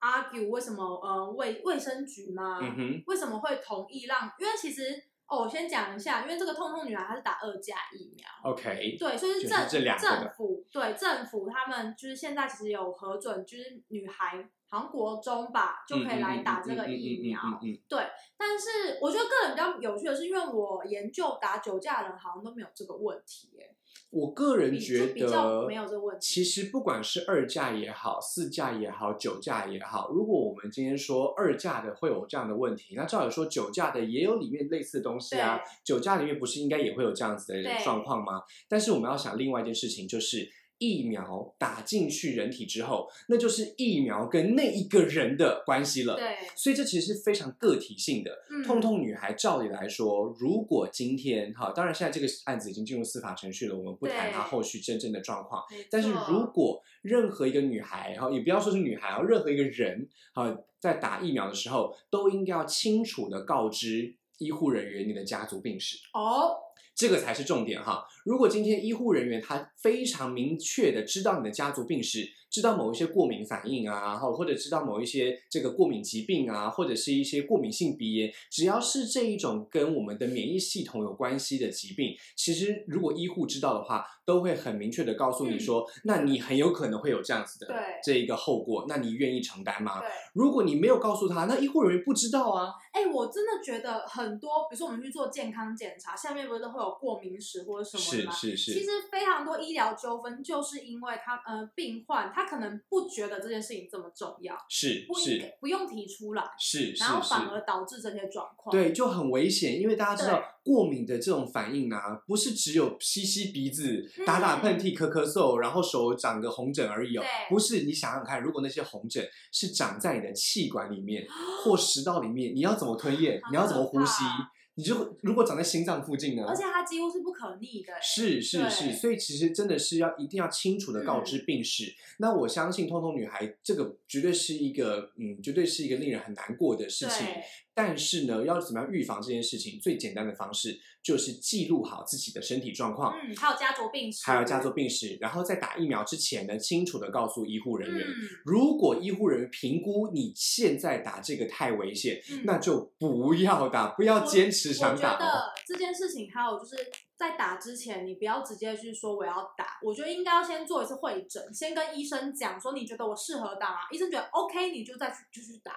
B: argue 为什么呃卫卫生局嘛，
A: 嗯哼，
B: 为什么会同意让？因为其实哦，我先讲一下，因为这个痛痛女孩她是打二价疫苗，
A: ，OK，
B: 对，所以
A: 就是
B: 是政
A: 这两个的
B: 政府对政府他们就是现在其实有核准，就是女孩好像国中吧
A: 嗯
B: 就可以来打这个疫苗。
A: 嗯嗯嗯嗯嗯嗯嗯
B: 但是我觉得个人比较有趣的是，因为我研究打酒驾的人好像都没有这个问题、欸，
A: 我个人
B: 比
A: 觉
B: 就比
A: 得
B: 较没有这个问题
A: 其实不管是二价也好，四价也好，九价也好，如果我们今天说二价的会有这样的问题，那照理说九价的也有里面类似的东西啊
B: 对。
A: 九价里面不是应该也会有这样子的
B: 对
A: 状况吗？但是我们要想另外一件事情，就是疫苗打进去人体之后，那就是疫苗跟那一个人的关系了。
B: 对，
A: 所以这其实是非常个体性的。
B: 嗯，
A: 痛痛女孩，照理来说，如果今天哈，当然现在这个案子已经进入司法程序了，我们不谈
B: 对
A: 她后续真正的状况。
B: 没错，
A: 但是如果任何一个女孩哈，也不要说是女孩啊，任何一个人啊，在打疫苗的时候，都应该要清楚的告知医护人员你的家族病史。
B: 哦，
A: 这个才是重点哈。如果今天医护人员他非常明确的知道你的家族病史，知道某一些过敏反应啊，或或者知道某一些这个过敏疾病啊，或者是一些过敏性鼻炎，只要是这一种跟我们的免疫系统有关系的疾病，其实如果医护知道的话，都会很明确的告诉你说，那你很有可能会有这样子的
B: 嗯对
A: 这一个后果，那你愿意承担吗？
B: 对，
A: 如果你没有告诉他，那医护人员不知道啊。
B: 哎、我真的觉得很多，比如说我们去做健康检查，下面不是都会有过敏史或者什么的
A: 是
B: 吗？
A: 是是，
B: 其实非常多医疗纠纷，就是因为他呃病患他可能不觉得这件事情这么重要，
A: 是
B: 不应
A: 是
B: 该不用提出来，
A: 是是
B: 然后反
A: 是，
B: 而导致这些状况。
A: 对，就很危险，因为大家知道
B: 对
A: 过敏的这种反应啊，不是只有吸吸鼻子、
B: 嗯
A: 打打喷嚏、咳咳嗽，然后手长个红疹而已哦。
B: 对
A: 不是，你想想看，如果那些红疹是长在你的气管里
B: [gasps]
A: 面或食道里面，你要怎么吞咽？
B: 好
A: 你要怎么呼吸
B: 可怕？
A: 你就如果长在心脏附近呢？
B: 而且它几乎是不可逆的、哎
A: 是是
B: 对嗯
A: 是，所以其实真的是要一定要清楚的告知病史。那我相信，通通女孩这个绝对是一个，嗯，绝对是一个令人很难过的事情。
B: 对，
A: 但是呢，要怎么样预防这件事情？最简单的方式就是记录好自己的身体状况，
B: 嗯，还有家族病史，嗯
A: 还有家族病史，然后在打疫苗之前呢，清楚的告诉医护人员。
B: 嗯，
A: 如果医护人员评估你现在打这个太危险，
B: 嗯
A: 那就不要打，不要坚持想
B: 我觉
A: 打哦。
B: 得这件事情还有就是在打之前，你不要直接去说我要打，我觉得应该要先做一次会诊，先跟医生讲说你觉得我适合打吗？医生觉得 OK，你就再去就去打。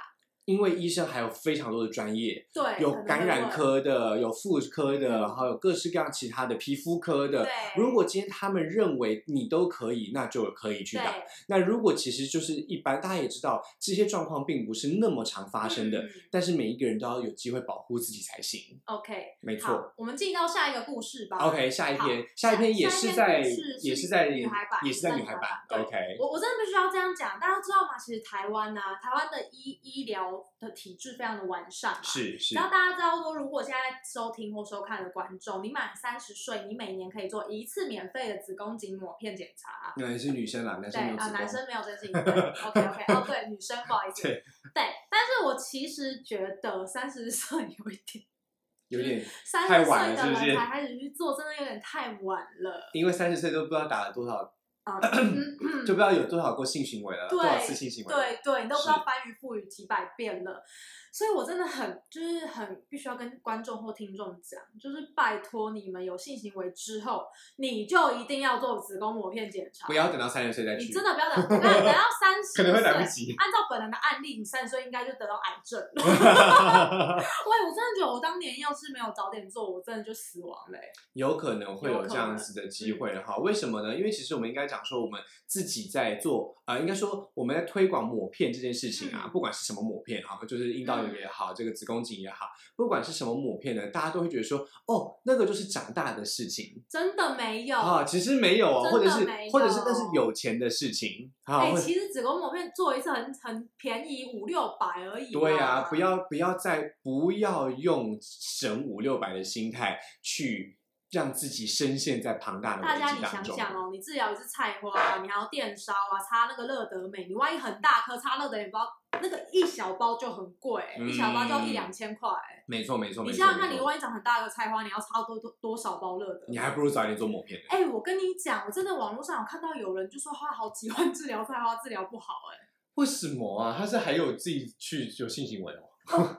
A: 因为医生还有非常多的专业，
B: 对，
A: 有
B: 可能
A: 感染
B: 会
A: 科的，有妇科的，
B: 嗯
A: 还有各式各样其他的皮肤科的
B: 对。
A: 如果今天他们认为你都可以，那就可以去打。
B: 对
A: 那如果其实就是一般，大家也知道这些状况并不是那么常发生的，
B: 嗯
A: 但是每一个人都要有机会保护自己才行。
B: OK，
A: 没错。
B: 好，我们进到下一个故事吧。
A: OK，下一篇
B: 好，
A: 下一篇
B: 下
A: 也
B: 下一
A: 是
B: 篇
A: 在
B: 故事
A: 也
B: 是
A: 是在
B: 女孩版
A: 也是在
B: 是
A: 女
B: 女
A: 孩
B: 孩
A: 版。
B: 版
A: OK，
B: 我我真的必须要这样讲，大家知道吗？其实台湾呐、台湾的医医疗的体制非常的完善嘛。
A: 是是
B: 然后大家知道说，如果现在收听或收看的观众，你满三十岁，你每年可以做一次免费的子宫颈抹片检查。
A: 原来是女生啦，男
B: 对
A: 生没有
B: 啊、
A: 子宫
B: 男生没有这件事情。OK OK，
A: [laughs]
B: 哦，对，女生不好意思。
A: 对
B: 对，但是我其实觉得三十岁有一点，
A: 有点，
B: 三
A: 太
B: 十
A: 晚
B: 岁
A: 了是
B: 的
A: 不是
B: 人才开始去做，真的有点太晚了
A: 因为三十岁都不知道打了多少，
B: 啊。嗯
A: [clears throat] 就不知道有多少过性行为了，
B: 对
A: 多少次性行为了。
B: 对对，你都不知
A: 是
B: 道翻云覆雨几百遍了，所以我真的很就是很必须要跟观众或听众讲，就是拜托你们有性行为之后，你就一定要做子宫膜片检查，
A: 不要等到三十岁再去，
B: 你真的不要等，不要
A: [laughs]
B: 等到三十，
A: 可能会来不。及。
B: 按照本人的案例，你三十岁应该就得到癌症
A: [laughs]
B: 了。喂，我真的觉得我当年要是没有早点做，我真的就死亡了欸、
A: 有可能会
B: 有
A: 有
B: 可
A: 这样
B: 能嗯
A: 子的机会哈。为什么呢？因为其实我们应该讲说，我们自己在做啊、呃应该说我们在推广抹片这件事情啊，
B: 嗯
A: 不管是什么抹片啊，就是阴道炎也好，这个子宫颈也好，不管是什么抹片呢，大家都会觉得说，哦，那个就是长大的事情
B: 真的没有。
A: 啊，其实没有哦，
B: 真
A: 或者
B: 的
A: 是
B: 没
A: 或者是
B: 有
A: 那是有钱的事情啊，
B: 哎、
A: 或
B: 其实子宫膜片做一次很很便宜，五六百而已嘛。
A: 对啊，不要不要再不要用省五六百的心态去让自己深陷在庞大的
B: 大家
A: 危
B: 你
A: 机当
B: 想
A: 中。
B: 想哦，你治疗一次菜花、啊，你还要电烧啊，擦那个乐德美，你万一很大颗，擦乐德美包，那个一小包就很贵、
A: 嗯
B: 一小包就要一两千块、
A: 没错没错，
B: 你
A: 没错
B: 想想看，
A: 没
B: 你
A: 错
B: 万一长很大个菜花，你要擦多多多少包乐德？
A: 你还不如早点做抹片呢。
B: 哎、我跟你讲，我真的网络上有看到有人就说花好几万治疗菜花，治疗不好、哎，
A: 为什么啊？他是还有自己去有性行为哦？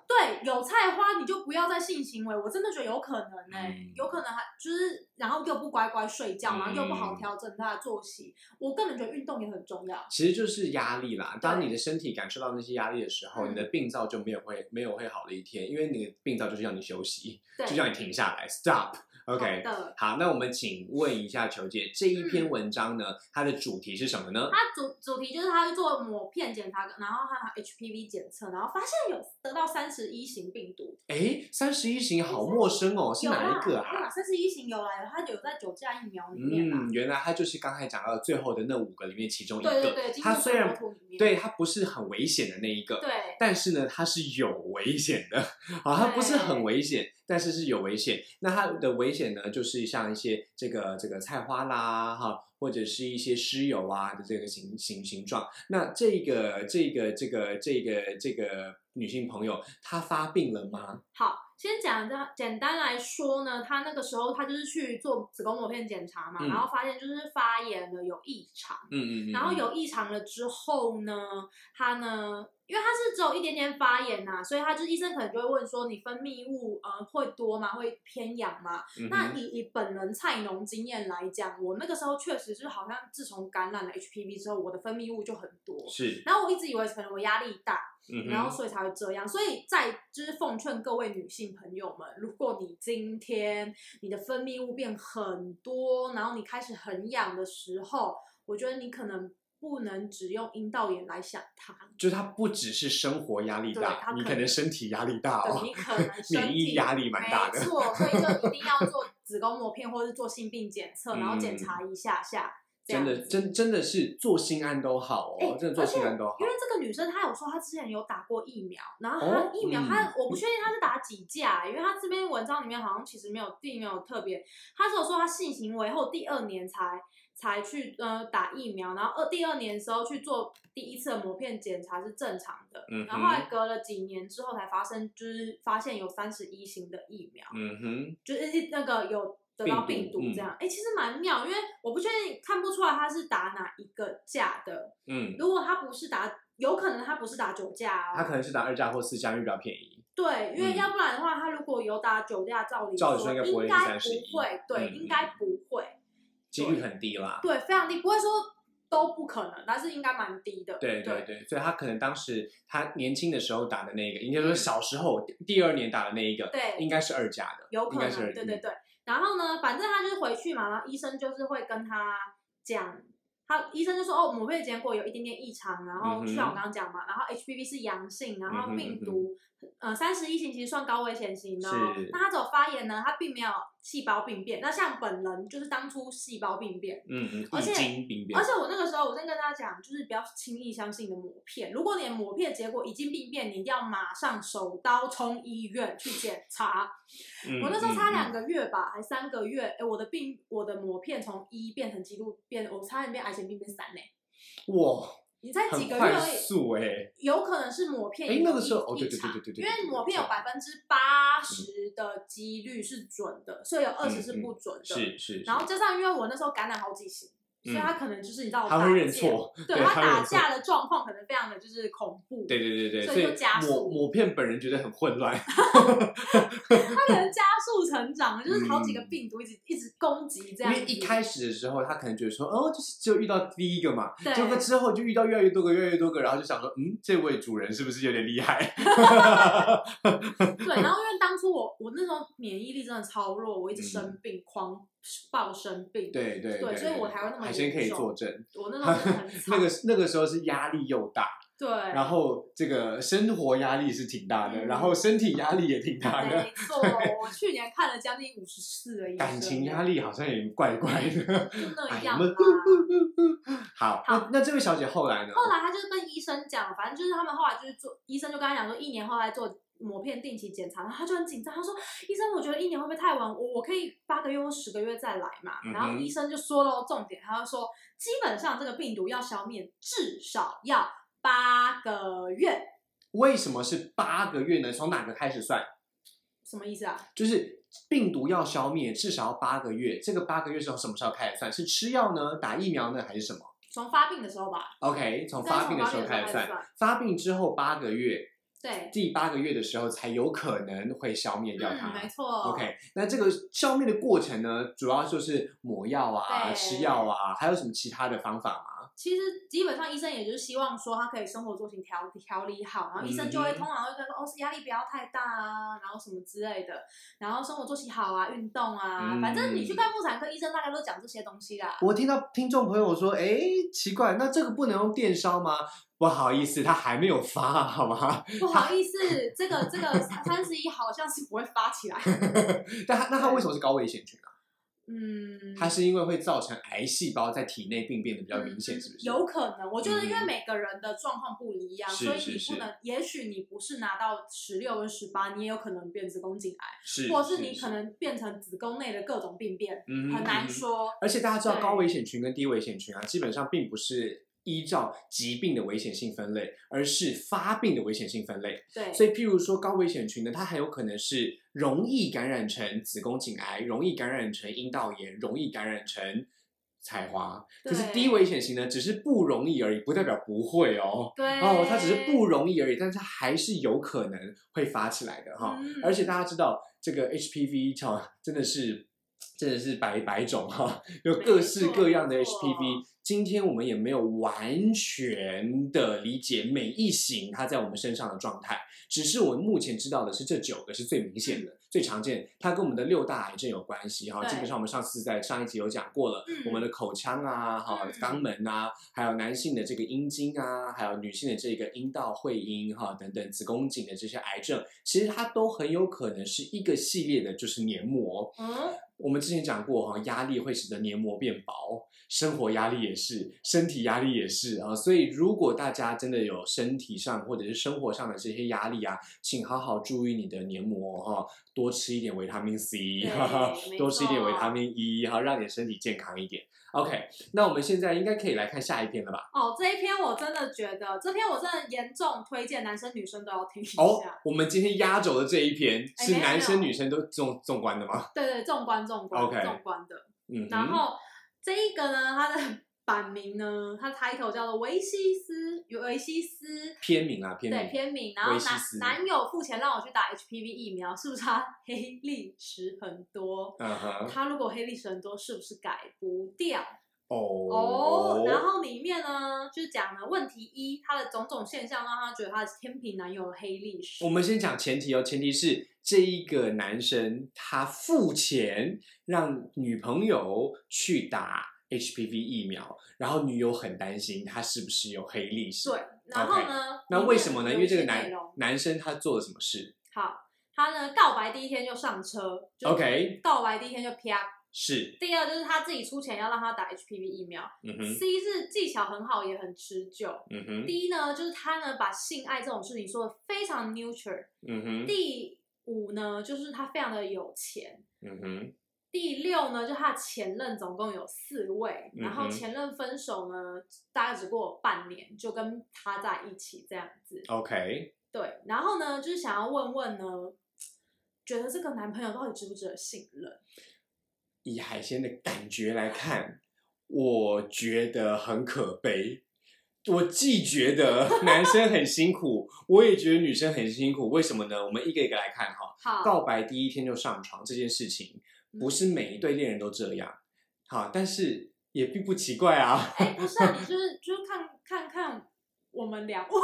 B: 对，有菜花你就不要再性行为，我真的觉得有可能呢、
A: 嗯
B: 有可能还就是，然后又不乖乖睡觉，然后又不
A: 嗯
B: 好调整他的作息，我个人觉得运动也很重要。
A: 其实就是压力啦。当你的身体感受到那些压力的时候，
B: 嗯
A: 你的病灶就没有会没有会好的一天，因为你的病灶就是要你休息，
B: 对，
A: 就叫你停下来，stop。OK，
B: 好的
A: 好，那我们请问一下球姐，这一
B: 嗯
A: 篇文章呢，它的主题是什么呢？
B: 它主主题就是他去做抹片检查，然后还有 HPV 检测，然后发现有得到三十一型病毒，
A: 哎，三十一型好陌生哦，是
B: 有
A: 哪
B: 啦
A: 一个
B: 有
A: 啊？
B: 啦，三十一型有来了，它有在九价疫苗里面啦。
A: 嗯，原来它就是刚才讲到的最后的那五个里面其中一个。
B: 对对对，
A: 它虽然
B: 图里面，
A: 对它不是很危险的那一个，
B: 对
A: 但是呢，它是有危险的啊，它不是很危险，但是是有危险。那它的危险呢，就是像一些这个这个菜花啦，哈，或者是一些尸油啊的这个形形形状。那这个这个这个这个这个女性朋友，她发病了吗？
B: 好，先讲它简单来说呢，他那个时候他就是去做子宫膜片检查嘛，
A: 嗯
B: 然后发现就是发炎了，有异常。
A: 嗯嗯嗯，
B: 然后有异常了之后呢，他呢，因为他是只有一点点发炎呐、所以他就是医生可能就会问说，你分泌物呃会多吗？会偏痒吗？
A: 嗯
B: 那
A: 哼
B: 以以本人菜农经验来讲，我那个时候确实是好像自从感染了 HPV 之后，我的分泌物就很多。
A: 是，
B: 然后我一直以为可能我压力大，
A: 嗯哼
B: 然后所以才会这样。所以在就是奉劝各位女性朋友们，如果你今天你的分泌物变很多，然后你开始很痒的时候，我觉得你可能不能只用阴道炎来想它，
A: 就是它不只是生活压力
B: 对它
A: 大，你
B: 可
A: 可
B: 能
A: 能身体压力大
B: 对
A: 哦
B: 你，可能身
A: 免
B: 体
A: 疫压力蛮大的
B: 没错，所以就一定要做子宫膜片或是做性病检
A: [laughs]
B: 测，然后检
A: 嗯
B: 查一下下。这
A: 真
B: 样
A: 的
B: 子
A: 真真的是做心安都好
B: 哎
A: 哦，真的做
B: 而且
A: 心安都好
B: 因，为这个女生她有说她之前有打过疫苗，然后她
A: 哦
B: 疫苗、
A: 嗯
B: 她我不确定她是打几价，因为她这篇文章里面好像其实没有并没有特别，她只有说她性行为后第二年才才去呃打疫苗，然后二第二年的时候去做第一次的膜片检查是正常的，
A: 嗯哼
B: 然后后来隔了几年之后才发生就是发现有三十一型的疫苗，
A: 嗯哼，
B: 就是那个有得到
A: 病
B: 病
A: 毒嗯
B: 毒这样，哎、其实蛮妙，因为我不确定看不出来她是打哪一个价的。
A: 嗯，
B: 如果他不是打，有可能他不是打酒驾
A: 它
B: 哦。
A: 可能是打二价或四价，因为比较便宜，
B: 对，因为
A: 嗯
B: 要不然的话，他如果有打酒驾，照理
A: 照理说应该不会
B: 应
A: 是31
B: 该不会，对，
A: 嗯
B: 应该不会，
A: 几率很低啦。
B: 对，非常低，不会说都不可能，但是应该蛮低的。
A: 对对
B: 对
A: 对，所以他可能当时他年轻的时候打的那个，应该说小时候第二年打的那一个，
B: 嗯对
A: 应该是二价的，
B: 有可
A: 应
B: 能，
A: 该是嗯二
B: 对对对。然后呢，反正他就是回去嘛，然后医生就是会跟他讲，他医生就说哦，母肺结果有一点点异常，然后
A: 嗯哼
B: 就像我刚刚讲嘛，然后 HPV 是阳性，然
A: 嗯
B: 后
A: 哼
B: 病毒，呃，三十一型其实算高危险型的、哦
A: 是，
B: 那他只有发炎呢，他并没有细胞病变。那像本人就是当初细胞病变。
A: 嗯嗯，
B: 而且
A: 易经病变
B: 而，且我那个时候，我正跟他讲，就是不要轻易相信你的膜片。如果你的膜片结果已经病变，你一定要马上手刀冲医院去检查。
A: 嗯
B: 我那时候差
A: 嗯
B: 两个月吧，还三个月，哎、我的病，我的膜片从一变成极度变，我差点变癌前病变三呢、
A: 嗯哇，
B: 你才
A: 很
B: 几个月而
A: 快
B: 已，
A: 速哎，
B: 有可能是膜片
A: 哎
B: 有
A: 那个时候
B: 异
A: 哦对对
B: 异常
A: 对对对对
B: 因为膜片有
A: 没错
B: 百分之八十的几率是准的，所以有二十是不准的。
A: 嗯是是，
B: 然后加上因为我那时候感染好几型，所以
A: 嗯
B: 他可能就是你知道我
A: 他
B: 打
A: 会认
B: 架，
A: 错，
B: 对
A: 对
B: 他
A: 他会认
B: 打
A: 错
B: 架的状况可能非常的就是恐怖，
A: 对对对对，
B: 所以就加
A: 抹
B: 速
A: 抹片本人觉得很混乱，
B: 他可能加速成长，就是好几个
A: 嗯
B: 病毒一直一直攻击 [laughs] 这
A: 因
B: 样子。
A: 为一开始的时候他可能觉得说，哦，就是只有遇到第一个嘛，
B: 对
A: 结果之后就遇到越来越多个，越来越多个，然后就想说，嗯，这位主人是不是有点厉害？ [laughs]
B: 对，然后因为当初我我那时候免疫力真的超弱，我一直生病，狂暴生病。，
A: 嗯对对
B: 对所以我才会那么
A: 海鲜可以
B: 严重
A: 作证，[laughs]
B: 我那时候真的很
A: 那
B: 惨。
A: 个那个时候是压力又大，
B: 对，
A: 然后这个生活压力是挺大的，
B: 嗯
A: 然后身体压力也挺大的，
B: 没错，我去年看了将近五十次的医生，
A: 感情压力好像也怪怪的。
B: 就那
A: 哎
B: 样啊
A: 我们
B: 啦。
A: 好，那那这位小姐后来呢？
B: 后来他就跟医生讲，反正就是他们后来就是做，医生就跟他讲说，一年后来做膜片定期检查，然后他就很紧张，他说：“医生，我觉得一年会不会太晚？我我可以八个月或十个月再来嘛？”
A: 嗯哼
B: 然后医生就说了重点，他就说，基本上这个病毒要消灭至少要八个月，
A: 为什么是八个月呢？从哪个开始算？
B: 什么意思啊？
A: 就是病毒要消灭至少要八个月，这个八个月是从什么时候开始算？是吃药呢？打疫苗呢？还是什么
B: 从发病的时候吧，
A: ？OK，从
B: 应该
A: 发
B: 是
A: 病
B: 从
A: 的时候
B: 发
A: 开始
B: 病的时候开始
A: 算
B: 算，
A: 发病之后八个月，
B: 对，
A: 第八个月的时候才有可能会消灭掉它。
B: 嗯，没错
A: OK，那这个消灭的过程呢，主要就是抹药啊、
B: 对
A: 吃药啊，还有什么其他的方法吗？
B: 其实基本上医生也就是希望说他可以生活作息调调理好，然后医生就会
A: 嗯
B: 通常会跟他说哦压力不要太大啊，然后什么之类的，然后生活作息好啊，运动啊，
A: 嗯
B: 反正你去看妇产科，医生大概都讲这些东西啦。
A: 我听到听众朋友说，哎，奇怪，那这个不能用电烧吗？不好意思，它还没有发，好吗？ [laughs]
B: 不好意思，这个这个三十一好像是不会发起来， [laughs]
A: 但它那它为什么是高危险群啊？
B: 嗯，
A: 它是因为会造成癌细胞在体内病变的比较明显，是不是？
B: 嗯有可能，我觉得因为
A: 嗯
B: 每个人的状况不一样，
A: 是
B: 所以
A: 是
B: 你
A: 是
B: 不能，也许你不是拿到十六跟十八，你也有可能变子宫颈癌，
A: 是，
B: 或者是你可能变成子宫内的各种病变，
A: 嗯
B: 很难。
A: 嗯嗯
B: 说。
A: 而且大家知道
B: 对
A: 高危险群跟低危险群啊，基本上并不是依照疾病的危险性分类，而是发病的危险性分类。
B: 对，
A: 所以，譬如说高危险群呢，它很有可能是容易感染成子宫颈癌，容易感染成阴道炎，容易感染成采花。可是
B: 对
A: 低危险型呢，只是不容易而已，不代表不会哦。
B: 对
A: 哦，它只是不容易而已，但是它还是有可能会发起来的哈。
B: 嗯
A: 哦而且大家知道，这个 HPV 哈、真的是真的是百百种哈、有各式各样的
B: 没错
A: HPV。今天我们也没有完全的理解每一型它在我们身上的状态，只是我们目前知道的是这九个是最明显的、最常见，它跟我们的六大癌症有关系哈。
B: 嗯对
A: 基本上我们上次在上一集有讲过了，
B: 嗯
A: 我们的口腔啊、哈
B: 嗯
A: 肛门啊，还有男性的这个阴茎啊，还有女性的这个阴道会阴哈等等子宫颈的这些癌症，其实它都很有可能是一个系列的，就是黏膜。
B: 嗯，
A: 我们之前讲过哈，压力会使得黏膜变薄，生活压力也是，身体压力也是啊。所以如果大家真的有身体上或者是生活上的这些压力啊，请好好注意你的黏膜哈，多吃一点维他命 C，
B: 对
A: 哈哈
B: 没
A: 多吃一点维他
B: 错
A: 命 E 哈，让你的身体健康一点。OK，那我们现在应该可以来看下一篇了吧？
B: 哦，这一篇我真的觉得，这篇我真的严重推荐男生女生都要听一下。
A: 哦，我们今天压轴的这一篇
B: 哎
A: 是
B: 没有
A: 男生
B: 没有
A: 女生都纵纵观的吗？
B: 对对，纵观纵观
A: OK
B: 纵观的。
A: 嗯哼，
B: 然后、这一个呢，它的 [laughs] 版名呢，它的 title 叫做维西斯，有维西斯。
A: 片名啊，片
B: 对
A: 名，
B: 片名，然后
A: 维西
B: 男
A: 斯
B: 男友付钱让我去打 HPV 疫苗，是不是他 [laughs] 黑历史很多？
A: 嗯哼，
B: 他如果黑历史很多，是不是改不掉？
A: 哦
B: 哦，然后里面呢就讲了问题一，他的种种现象让他觉得他的天平男友有黑历史
A: 我。们先讲前提哦，前提是这一个男生他付钱让女朋友去打 HPV 疫苗，然后女友很担心他是不是有黑历史。
B: 对，然后呢？
A: 那
B: 里
A: 为
B: 面
A: 什么呢？
B: 有
A: 因为
B: 一
A: 这个
B: 些
A: 男
B: 内容
A: 男生他做了什么事
B: 好，他呢告白第一天就上车就
A: ？OK，
B: 告白第一天就啪。
A: 是，
B: 第二就是他自己出钱要让他打 HPV 疫苗。
A: 嗯哼，
B: C 是技巧很好，也很持久。
A: 嗯哼，
B: D 呢，就是他呢把性爱这种事情说的非常 neutral。
A: 嗯哼，
B: 第五呢，就是他非常的有钱。
A: 嗯哼，
B: 第六呢，就他的前任总共有四位，然
A: 嗯
B: 后
A: 哼
B: 前任分手呢，大概只过了半年，就跟他在一起这样子。
A: ，OK，
B: 对，然后呢，就是想要问问呢，觉得这个男朋友到底值不值得信任？
A: 以海鲜的感觉来看，我觉得很可悲。我既觉得男生很辛苦，我也觉得女生很辛苦。为什么呢？我们一个一个来看哈。
B: 好，
A: 告白第一天就上床这件事情，不是每一对恋人都这样。好，但是也并不奇怪啊。
B: 哎、不是啊，你就是就是看看看我们两位，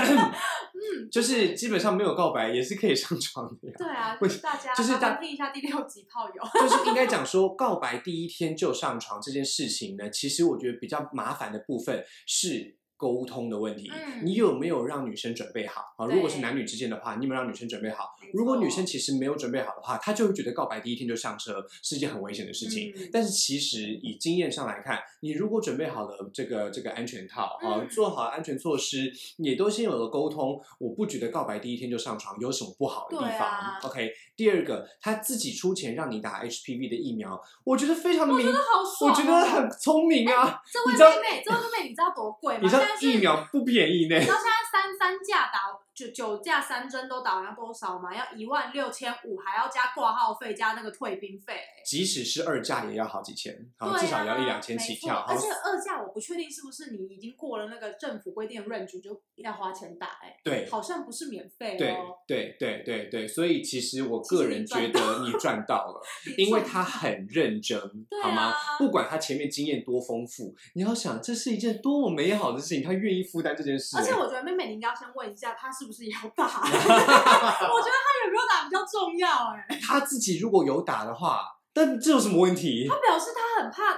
B: 嗯，
A: 就是基本上没有告白也是可以上床的呀。
B: 对啊，
A: 为什
B: 大家
A: 就是
B: 麻
A: 大
B: 烦听一下第六集炮友，
A: 就是应该讲说，告白第一天就上床这件事情呢，其实我觉得比较麻烦的部分是沟通的问题。
B: 嗯
A: 你有没有让女生准备好啊？
B: 对
A: 如果是男女之间的话，你有没有让女生准备好？
B: 没
A: [laughs] 如果女生
B: 错
A: 其实没有准备好的话，她就会觉得告白第一天就上车是一件很危险的事情。
B: 嗯
A: 但是其实以经验上来看，你如果准备好了这个这个安全套啊，
B: 嗯
A: 做好安全措施，也都先有了沟通，我不觉得告白第一天就上床有什么不好的地
B: 对
A: 方。
B: 啊
A: OK，第二个，他自己出钱让你打 HPV 的疫苗，我觉得非常明，
B: 好爽、哦
A: 我觉得很。聪明啊。
B: 这
A: 你知道
B: 位妹妹，这位妹妹，你知道多贵吗？
A: 你知道
B: 现在哎是
A: 疫苗不便宜呢
B: 你，知道现在三三价打九九价三针都打完要多少吗？要一万六千五，还要加挂号费加那个退兵费、
A: 即使是二价也要好几千，好、
B: 对
A: 至少也要一
B: 啊
A: 两千起
B: 没错
A: 跳。好哦
B: 而且二价我不确定是不是你已经过了那个政府规定的 range 你就要花钱打、欸，
A: 对，
B: 好像不是免费
A: 对
B: 哦。
A: 对对对对，所以其实我
B: 其实
A: 个
B: 你
A: 人
B: 赚
A: 觉得你赚到了，因为他很认真，
B: 对
A: 好吗
B: 啊？
A: 不管他前面经验多丰富，你要想这是一件多么美好的事情，他愿意负担这件事、
B: 而且
A: 欸
B: 我觉得妹妹，你应该要先问一下她是不是也
A: [laughs]
B: 要打，我觉得她有没有打比较重要、欸。哎，
A: 他自己如果有打的话，但这有什么问题？
B: 她表示她很怕，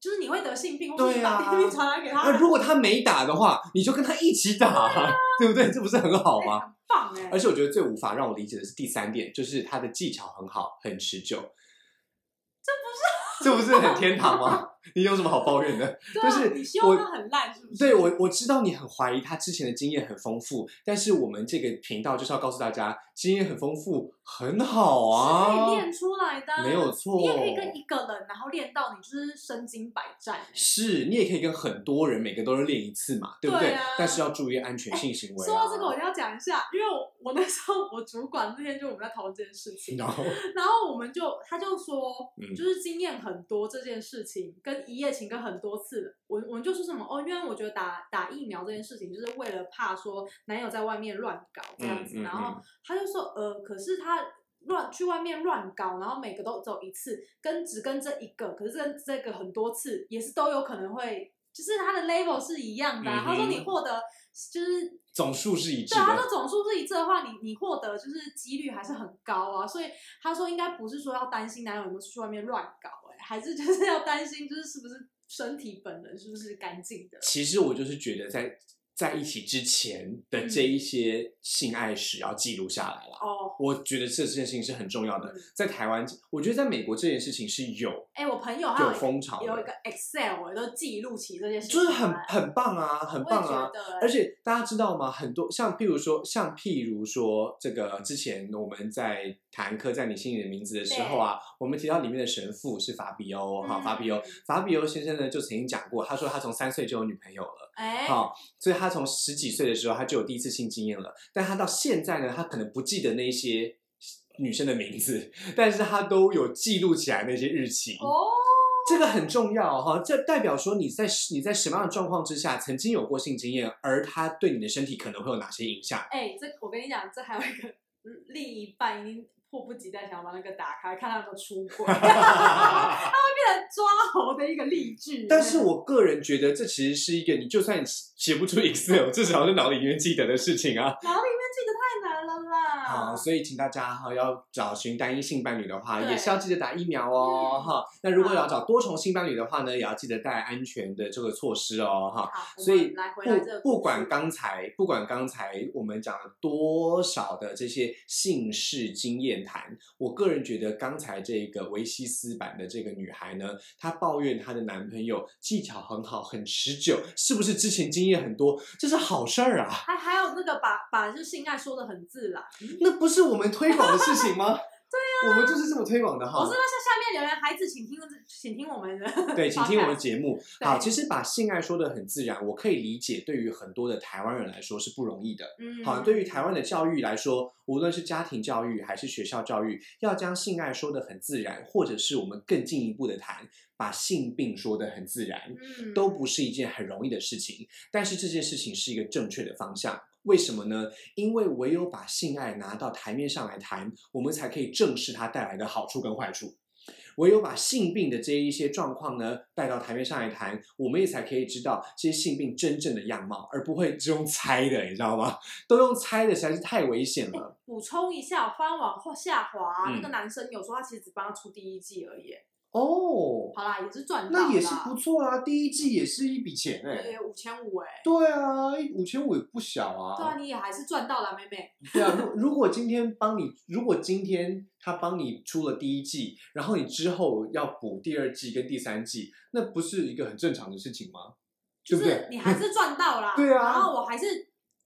B: 就是你会得性病，或者
A: 对
B: 你把
A: 啊
B: 病病传染给她，
A: 啊，如果他没打的话，你就跟他一起打，
B: 啊
A: 对不对？这不是很好吗？
B: 很棒哎、
A: 而且我觉得最无法让我理解的是第三点，就是他的技巧很好，很持久。这不是这不是很天堂吗？你有什么好抱怨的？
B: 对
A: 就
B: 啊，
A: 是
B: 你希望
A: 我
B: 它很烂是不是？
A: 对我我知道你很怀疑他之前的经验很丰富，但是我们这个频道就是要告诉大家，经验很丰富很好
B: 是可以
A: 啊，
B: 练出来的啊，
A: 没有错
B: 你也可以跟一个人，然后练到你就是身经百战。
A: 是你也可以跟很多人，每个都是练一次嘛，对不
B: 对
A: 对？
B: 啊
A: 但是要注意安全性行为、啊。
B: 说到这个，我一定要讲一下，因为我我那时候我主管那天就我们在讨论这件事情，
A: 然后
B: 然后我们就他就说，
A: 嗯
B: 就是经验很多这件事情，跟一夜情跟很多次，我我们就说什么哦，因为我觉得打打疫苗这件事情，就是为了怕说男友在外面乱搞 [laughs] 这样子，
A: 嗯嗯
B: 然后他就说呃，可是他。乱去外面乱搞，然后每个都走一次，跟只跟这一个，可是跟这个很多次也是都有可能会，就是他的 level 是一样的啊、
A: 嗯哼
B: 他说你获得就是
A: 总数是一致
B: 对啊，他
A: 的，
B: 说总数是一致的话，你你获得就是几率还是很高啊，所以他说应该不是说要担心男友有没有出去外面乱搞、欸，还是就是要担心就是是不是身体本人是不是干净的，
A: 其实我就是觉得在在一起之前的
B: 嗯
A: 这一些性爱史要记录下来了。
B: 哦，
A: 我觉得这件事情是很重要的
B: 嗯，
A: 在台湾，我觉得在美国这件事情是有
B: 哎、我朋友还
A: 有
B: 有一个
A: 风潮的，
B: 有一个 Excel，我都欸记录起这些事情
A: 就是
B: 来，
A: 很很棒啊，很
B: 我也
A: 棒
B: 觉
A: 啊。
B: 得欸、
A: 而且大家知道吗？很多像譬如说，像譬如说，这个之前我们在谈《刻在你心里的名字》的时候啊，我们提到里面的神父是法比欧哈，
B: 嗯
A: 法比欧，法比欧先生呢就曾经讲过，他说他从三岁就有女朋友了，
B: 哎、
A: 好、所以他从十几岁的时候他就有第一次性经验了，但他到现在呢，他可能不记得那一些女生的名字，但是他都有记录起来那些日期。
B: 哦，
A: 这个很重要哈，这代表说你在你在什么样的状况之下曾经有过性经验，而它对你的身体可能会有哪些影响？
B: 哎、这我跟你讲，这还有一个嗯另一半已经迫不及待想把那个打开，看他有没有出轨， [laughs] 他会变成抓猴的一个例句。
A: 但是我个人觉得这其实是一个你就算写不出 Excel，至少是脑里面记得的事情啊。
B: 脑里面记得太难了啦。
A: 好，所以请大家哈，要找寻单一性伴侣的话，
B: 对
A: 也是要记得打疫苗哦
B: 嗯
A: 哈。那如果要找多重性伴侣的话呢，也要记得带安全的这个措施哦哈。
B: 好，
A: 所
B: 我
A: 以
B: 们来回来这个
A: 不不管
B: 故事
A: 刚才不管刚才我们讲了多少的这些姓氏经验谈，我个人觉得刚才这个维西斯版的这个女孩呢，她抱怨她的男朋友技巧很好，很持久，是不是之前经验很多？这是好事儿啊，
B: 还还有那个把把就是性爱说的很自然，
A: 那不是我们推广的事情
B: [laughs]
A: 吗？对呀、我们就是这么推广的哈。
B: 啊我是那下下面留言，孩子请听，请听我们的， [laughs]
A: 对，请听我们节目。
B: 对
A: 好，其实把性爱说的很自然，我可以理解，对于很多的台湾人来说是不容易的。
B: 嗯，
A: 好，对于台湾的教育来说，无论是家庭教育还是学校教育，要将性爱说得很自然，或者是我们更进一步的谈，把性病说得很自然，
B: 嗯
A: 都不是一件很容易的事情。但是这件事情是一个正确的方向。为什么呢？因为唯有把性爱拿到台面上来谈，我们才可以正视它带来的好处跟坏处。唯有把性病的这一些状况呢带到台面上来谈，我们也才可以知道这些性病真正的样貌，而不会只用猜的，你知道吗？都用猜的实在是太危险
B: [laughs]
A: 了。
B: 补充一下，我翻往后下滑，
A: 嗯
B: 那个男生有说他其实只帮他出第一季而已，
A: 哦，
B: 好啦，也是赚到啦，
A: 那也是不错啊，第一季也是一笔钱哎、
B: 对，五千五哎，
A: 对啊，一五千五也不小
B: 对啊，你也还是赚到了，妹妹，
A: 对啊，如如果今天帮你，如果今天他帮你出了第一季，然后你之后要补第二季跟第三季，那不是一个很正常的事情吗？
B: 就
A: 对不对
B: 是？你还是赚到啦，
A: 对啊
B: 然后我还是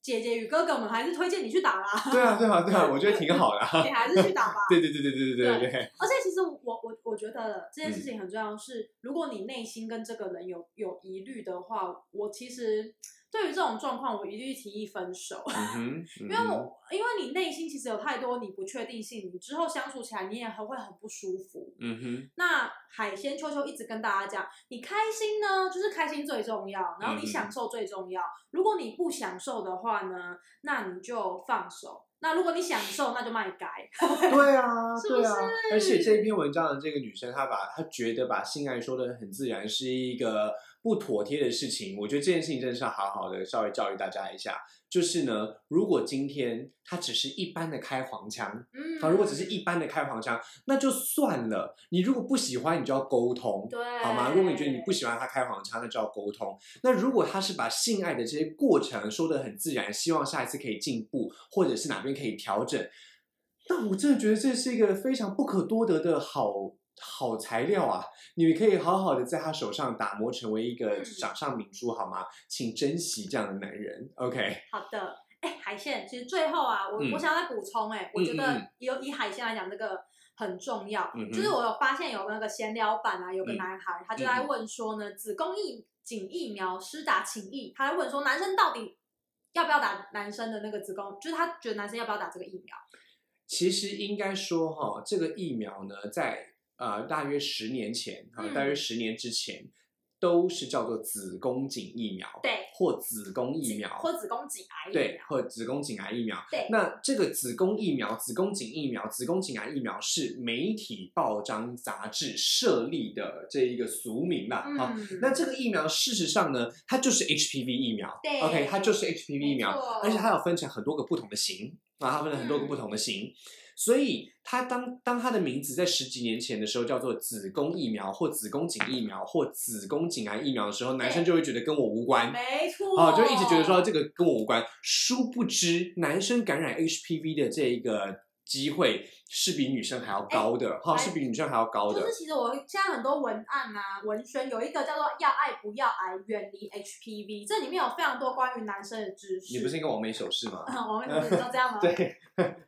B: 姐姐与哥哥们还是推荐你去
A: [laughs]
B: 打啦，
A: 对啊，对啊，对啊，我觉得挺好的、
B: 你
A: 啊。
B: 还是去打
A: [laughs]
B: 吧，
A: 对对对对对对对对，
B: 而且其实我我我觉得这件事情很重要是，如果你内心跟这个人有有疑虑的话，我其实对于这种状况，我一律提议分手，
A: 嗯哼，因
B: 因为我因为你内心其实有太多你不确定性，你之后相处起来你也很会很不舒服。
A: 嗯哼，
B: 那海鲜秋秋一直跟大家讲，你开心呢，就是开心最重要，然后
A: 嗯
B: 你享受最重要。如果你不享受的话呢，那你就放手。那如果你享受，那就卖改。
A: [laughs]
B: [laughs]
A: 对啊，
B: 是不
A: 对啊
B: 是，
A: 而且这一篇文章的这个女生，她把她觉得把性爱说的很自然是一个不妥帖的事情，我觉得这件事情真的是要好好的稍微教育大家一下。就是呢，如果今天她只是一般的开黄腔，
B: 嗯，
A: 好，如果只是一般的开黄腔，那就算了。你如果不喜欢，你就要沟通，
B: 对，
A: 好吗？如果你觉得你不喜欢他开黄腔，那就要沟通。那如果他是把性爱的这些过程说的很自然，希望下一次可以进步，或者是哪边可以调整，那我真的觉得这是一个非常不可多得的好好材料啊！你可以好好的在他手上打磨，成为一个
B: 嗯
A: 掌上明珠，好吗？请珍惜这样的男人。OK，
B: 好的，哎、海鲜，其实最后啊，我、
A: 嗯
B: 我想要再补充、哎，我觉
A: 嗯嗯
B: 得有以海鲜来讲，这个很重要。
A: 嗯哼
B: 就是我有发现有那个闲聊版啊，有个
A: 嗯
B: 男孩，他就在问说呢，子宫疫颈疫苗施打情疫，他在问说男生到底。要不要打男生的那个子宫？就是他觉得男生要不要打这个疫苗？
A: 其实应该说哈、这个疫苗呢，在呃大约十年前啊、
B: 嗯
A: 大约十年之前，都是叫做子宫颈疫苗，
B: 对，
A: 或子宫疫
B: 子
A: 苗，
B: 或子宫颈癌疫
A: 对
B: 苗，，
A: 或子宫颈癌疫苗。
B: 对，
A: 那这个子宫疫苗、子宫颈疫苗、子宫颈癌疫苗是媒体报章杂志设立的这一个俗名啦。啊，
B: 嗯，
A: 那这个疫苗事实上呢，它就是 HPV 疫苗。
B: 对
A: OK，它就是 HPV 疫
B: 没
A: 苗，
B: 错
A: 而且它有分成很多个不同的型啊，它分成很多个
B: 嗯
A: 不同的型。所以它当当它的名字在十几年前的时候叫做子宫疫苗或子宫颈疫苗或子宫颈癌疫苗的时候，男生就会觉得跟我无关。
B: 没错，
A: 哦，就一直觉得说这个跟我无关。殊不知，男生感染 HPV 的这一个机会是比女生还要高的，哈、
B: 哎
A: 是比女生还要高的
B: 就。是其实我现在很多文案啊、文宣有一个叫做“要爱不要癌，远离 HPV”，这里面有非常多关于男生的知识。
A: 你不是跟我没手势吗？，
B: [laughs] 我们每次都这样
A: [laughs]
B: 吗？
A: 对，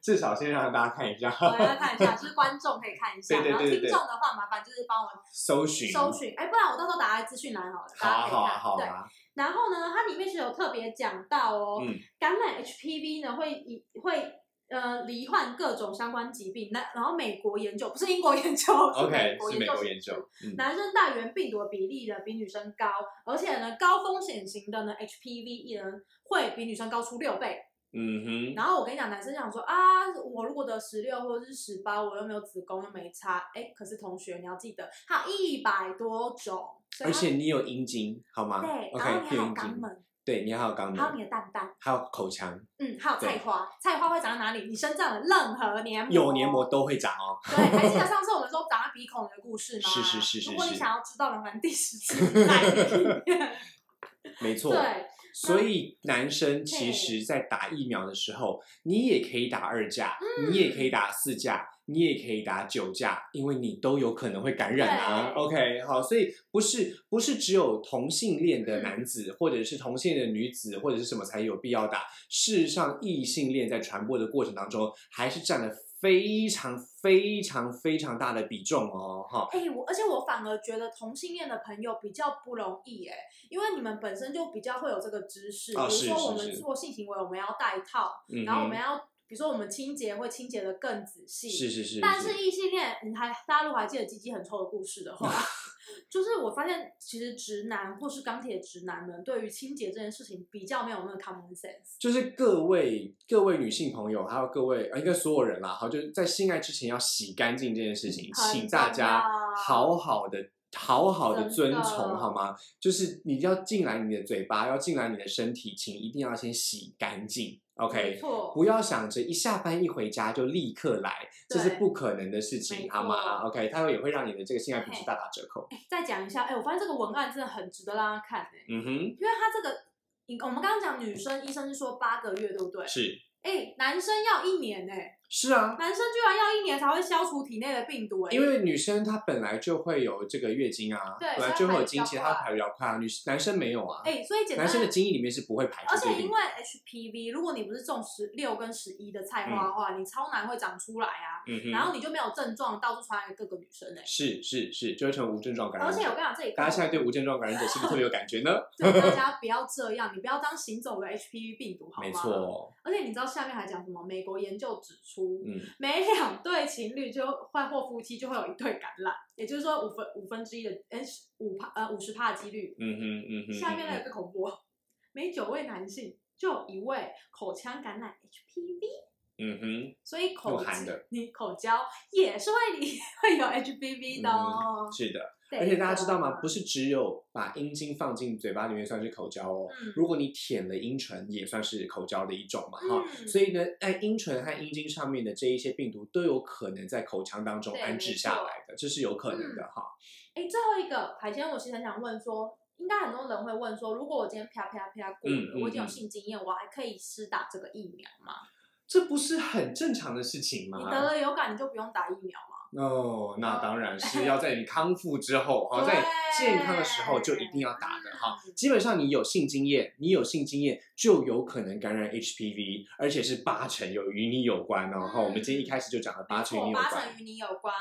A: 至少先让大家看一下，
B: [laughs] 我来看一下，就是观众可以看一
A: 对
B: 下，
A: 对对
B: 然后
A: 对
B: 听
A: 对
B: 众的话，麻烦就是帮我
A: [laughs] 搜寻，
B: 搜寻，哎，不然我到时候打在资讯栏好了，
A: 好
B: 大家
A: 啊，
B: 可以
A: 好
B: 看。
A: 啊，好
B: 对，
A: 啊，
B: 然后呢，它里面是有特别讲到哦，
A: 嗯
B: 感染 HPV 呢会以会呃罹患各种相关疾病。那然后美国研究不是英国研究是
A: ，OK，
B: 美国
A: 是
B: 研
A: 美
B: 究
A: 国
B: 指
A: 研究
B: 出，
A: 嗯，
B: 男生带源病毒的比例呢比女生高，而且呢高风险型的呢 HPV E 呢会比女生高出六倍。
A: 嗯哼，
B: 然后我跟你讲，男生想说啊，我如果得十六或者是十八，我又没有子宫又没差，哎，可是同学你要记得，它一百多种，所以
A: 而
B: 它
A: 且你有阴茎，好吗
B: 对，然后
A: ？OK，你
B: 你还
A: 有
B: 有
A: 阴
B: 肛
A: 茎，
B: 门，
A: 对，你还有肛
B: 还有
A: 门，
B: 你的蛋蛋。
A: 还有口腔，
B: 嗯，还有
A: 对
B: 菜花，菜花会长在哪里？你身上的任何黏膜，
A: 有黏膜。都会长哦。
B: 对，还记得上次我们说长在鼻孔的故事吗？
A: [laughs] 是是是是
B: 如果你
A: 是
B: 想要知道，麻烦第十集
A: [laughs]
B: 来听。
A: 没错，
B: 对，
A: 所以
B: 嗯
A: 男生其实，在打疫苗的时候，你也可以打二价，
B: 嗯
A: 你也可以打四价，你也可以打九价，因为你都有可能会感染啊。
B: 对
A: OK，好，所以不是不是只有同性恋
B: 嗯
A: 的男子、或者是同性恋的女子或者是什么才有必要打，事实上异性恋在传播的过程当中，还是占了非常非常非常大的比重哦，哈。
B: 哎、我而且我反而觉得同性恋的朋友比较不容易哎、因为你们本身就比较会有这个知识，
A: 啊
B: 比如
A: 是
B: 说我
A: 是
B: 们
A: 是
B: 做性行为，我们要带套，
A: 嗯哼
B: 然后我们要，比如说我们清洁会清洁的更仔细，
A: 是是是，
B: 但是异性恋，你还大家如果还记得鸡鸡很臭的故事的
A: [laughs]
B: 话，就是我发现其实直男或是钢铁直男们对于清洁这件事情比较没有那个 common sense。
A: 就是各位各位女性朋友，还有各位呃，应该所有人啦，好，就是在性爱之前要洗干净这件事情，
B: 很
A: 请大家
B: 重要
A: 好好的。好好的遵从
B: 真的
A: 好吗？就是你要进来你的嘴巴，要进来你的身体，请一定要先洗干净
B: 没
A: ，OK？
B: 错，
A: 不要想着一下班一回家就立刻来，这是
B: 对
A: 不可能的事
B: 没
A: 情，
B: 错
A: 好吗？OK？它也会让你的这个性爱品质
B: 嘿
A: 大打折扣。
B: 再讲一下，哎、我发现这个文案真的很值得让大家看、哎，
A: 嗯哼，
B: 因为他这个，你我们刚刚讲女生医生是说八个月，对不对？
A: 是
B: 哎、男生要一年、哎，
A: 是啊，
B: 男生居然要一年才会消除体内的病毒、哎，
A: 因为女生她本来就会有这个月经啊，
B: 对
A: 本来就
B: 所以
A: 会有
B: 她排得比较
A: 经期，她排得比较快啊。女男生没有啊，
B: 哎、所以简单
A: 男生的精液里面是不会排
B: 而
A: 出这
B: 且
A: 个
B: 因为 HPV，如果你不是中十六跟十一的菜花的话，你超难会长出来啊，
A: 嗯哼，
B: 然后你就没有症状，到处传染给各个女生哎、
A: 是是是，就会成为无症状感染
B: 而
A: 者。
B: 且我跟你讲，这里
A: 大家现在对无症状感染者是不是特别有感觉呢？
B: 对
A: [laughs]
B: 大家不要这样，你不要当行走的 HPV 病毒 [laughs] 好吗？
A: 没。错，哦
B: 而且你知道下面还讲什么？美国研究指出，
A: 嗯，
B: [laughs] 每两对情侣就换或夫妻就会有一对感染，也就是说五分五分之一的哎五帕呃五十帕几率。
A: 嗯哼嗯哼，
B: 下
A: 嗯
B: 面那
A: 哼
B: 个更恐怖哦，每九位男性就有一位口腔感染 HPV。
A: 嗯哼
B: 所以口
A: 用含
B: 交
A: 的
B: 你口交也是会你 [laughs] 会有 HPV 的哦。
A: 是的，嗯
B: 对
A: 而且大家知道
B: 的
A: 吗？不是只有把阴茎放进嘴巴里面算是口交哦，
B: 嗯
A: 如果你舔了阴唇，也算是口交的一种嘛，哈。
B: 嗯，
A: 所以呢，在阴唇和阴茎上面的这一些病毒都有可能在口腔当中
B: 对
A: 安置下
B: 没错
A: 来的，这是有可能的哈。
B: 哎，最后一个海鲜，我其实很想问说，应该很多人会问说，如果我今天啪啪啪过
A: 嗯
B: 了，
A: 嗯
B: 我已经有
A: 嗯
B: 性经验，我还可以施打这个疫苗吗？
A: 这不是很正常的事情吗？啊
B: 你得了流感，你就不用打疫苗吗？
A: 哦，那当
B: [laughs]
A: 然是要在你康复之后哈，在你健康的时候就一定要打的哈。
B: 嗯
A: 基本上你有性经验，你有性经验就有可能感染 HPV，而且是八成有与你有关哦。哈，我们今天一开始就讲了八成与你
B: 没
A: 有
B: 错八
A: 关
B: 成，与你有关。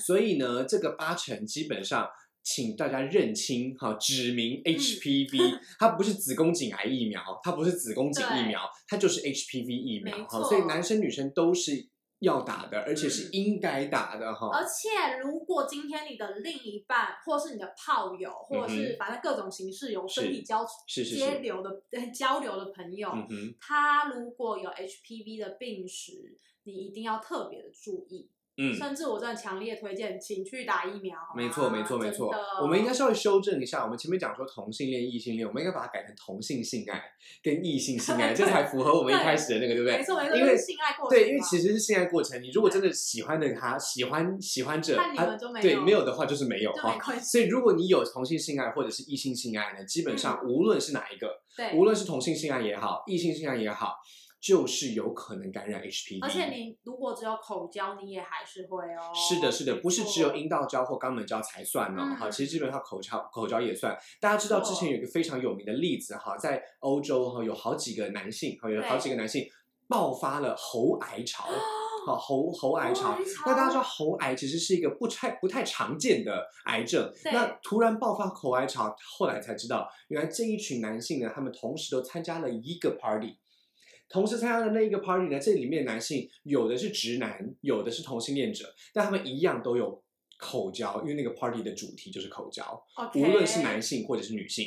A: 所以呢，这个八成基本上。请大家认清哈，指
B: 嗯
A: 明
B: [laughs]
A: HPV，、它不是子宫颈癌疫苗，它不是子宫颈疫苗，它就是 HPV 疫苗
B: 没
A: 哈，
B: 错
A: 所以男生女生都是要打的，而且是
B: 嗯
A: 应该打的哈。
B: 而且，如果今天你的另一半，或是你的炮友，或者是反正各种形式有身体交
A: 嗯是是
B: 接
A: 是，
B: 流的呃交流的朋友，
A: 嗯哼，
B: 他如果有 HPV 的病史，你一定要特别的注意。
A: 嗯。
B: 甚至我真的强烈推荐，请去打疫苗。啊
A: 没错，没错，没错。我们应该稍微修正一下，我们前面讲说同性恋、异性恋，我们应该把它改成同性性爱跟异性
B: [laughs]
A: 性爱，这才符合我们一开始的那个，对不
B: 该
A: 对
B: 没？错没错，
A: 因为
B: 就是性爱过程嘛
A: 对，因为其实是性爱过程，你如果真的喜欢的他，喜欢喜欢者，
B: 看你
A: 他
B: 们都没有，
A: 啊对没有的话就是没有
B: 就没
A: 哈。 [laughs]
B: 关系。
A: 所以如果你有同性性爱或者是异性性爱呢，基本上无论是哪一个，
B: 嗯对，
A: 无论是同性性爱也好，异性性爱也好，就是有可能感染 HPV。
B: 而且你如果只有口交，你也还是会哦。
A: 是的，是的，
B: 没
A: 不是
B: 错
A: 只有阴道交或肛门交才算哦
B: 哦嗯。
A: 哈、其实基本上口交口交也算。大家知道之前有一个非常有名的例子哈，在欧洲哈有好几个男性哈有好几个男性爆发了喉癌潮，哈喉喉癌
B: 哦
A: 潮。那大家知道喉癌其实是一个不太不太常见的癌症，
B: 对
A: 那突然爆发口癌潮，后来才知道，原来这一群男性呢，他们同时都参加了一个 party。同时参加的那一个 party 呢，这里面的男性有的是直男，有的是同性恋者，但他们一样都有口交，因为那个 party 的主题就是口交，
B: OK
A: 无论是男性或者是女性，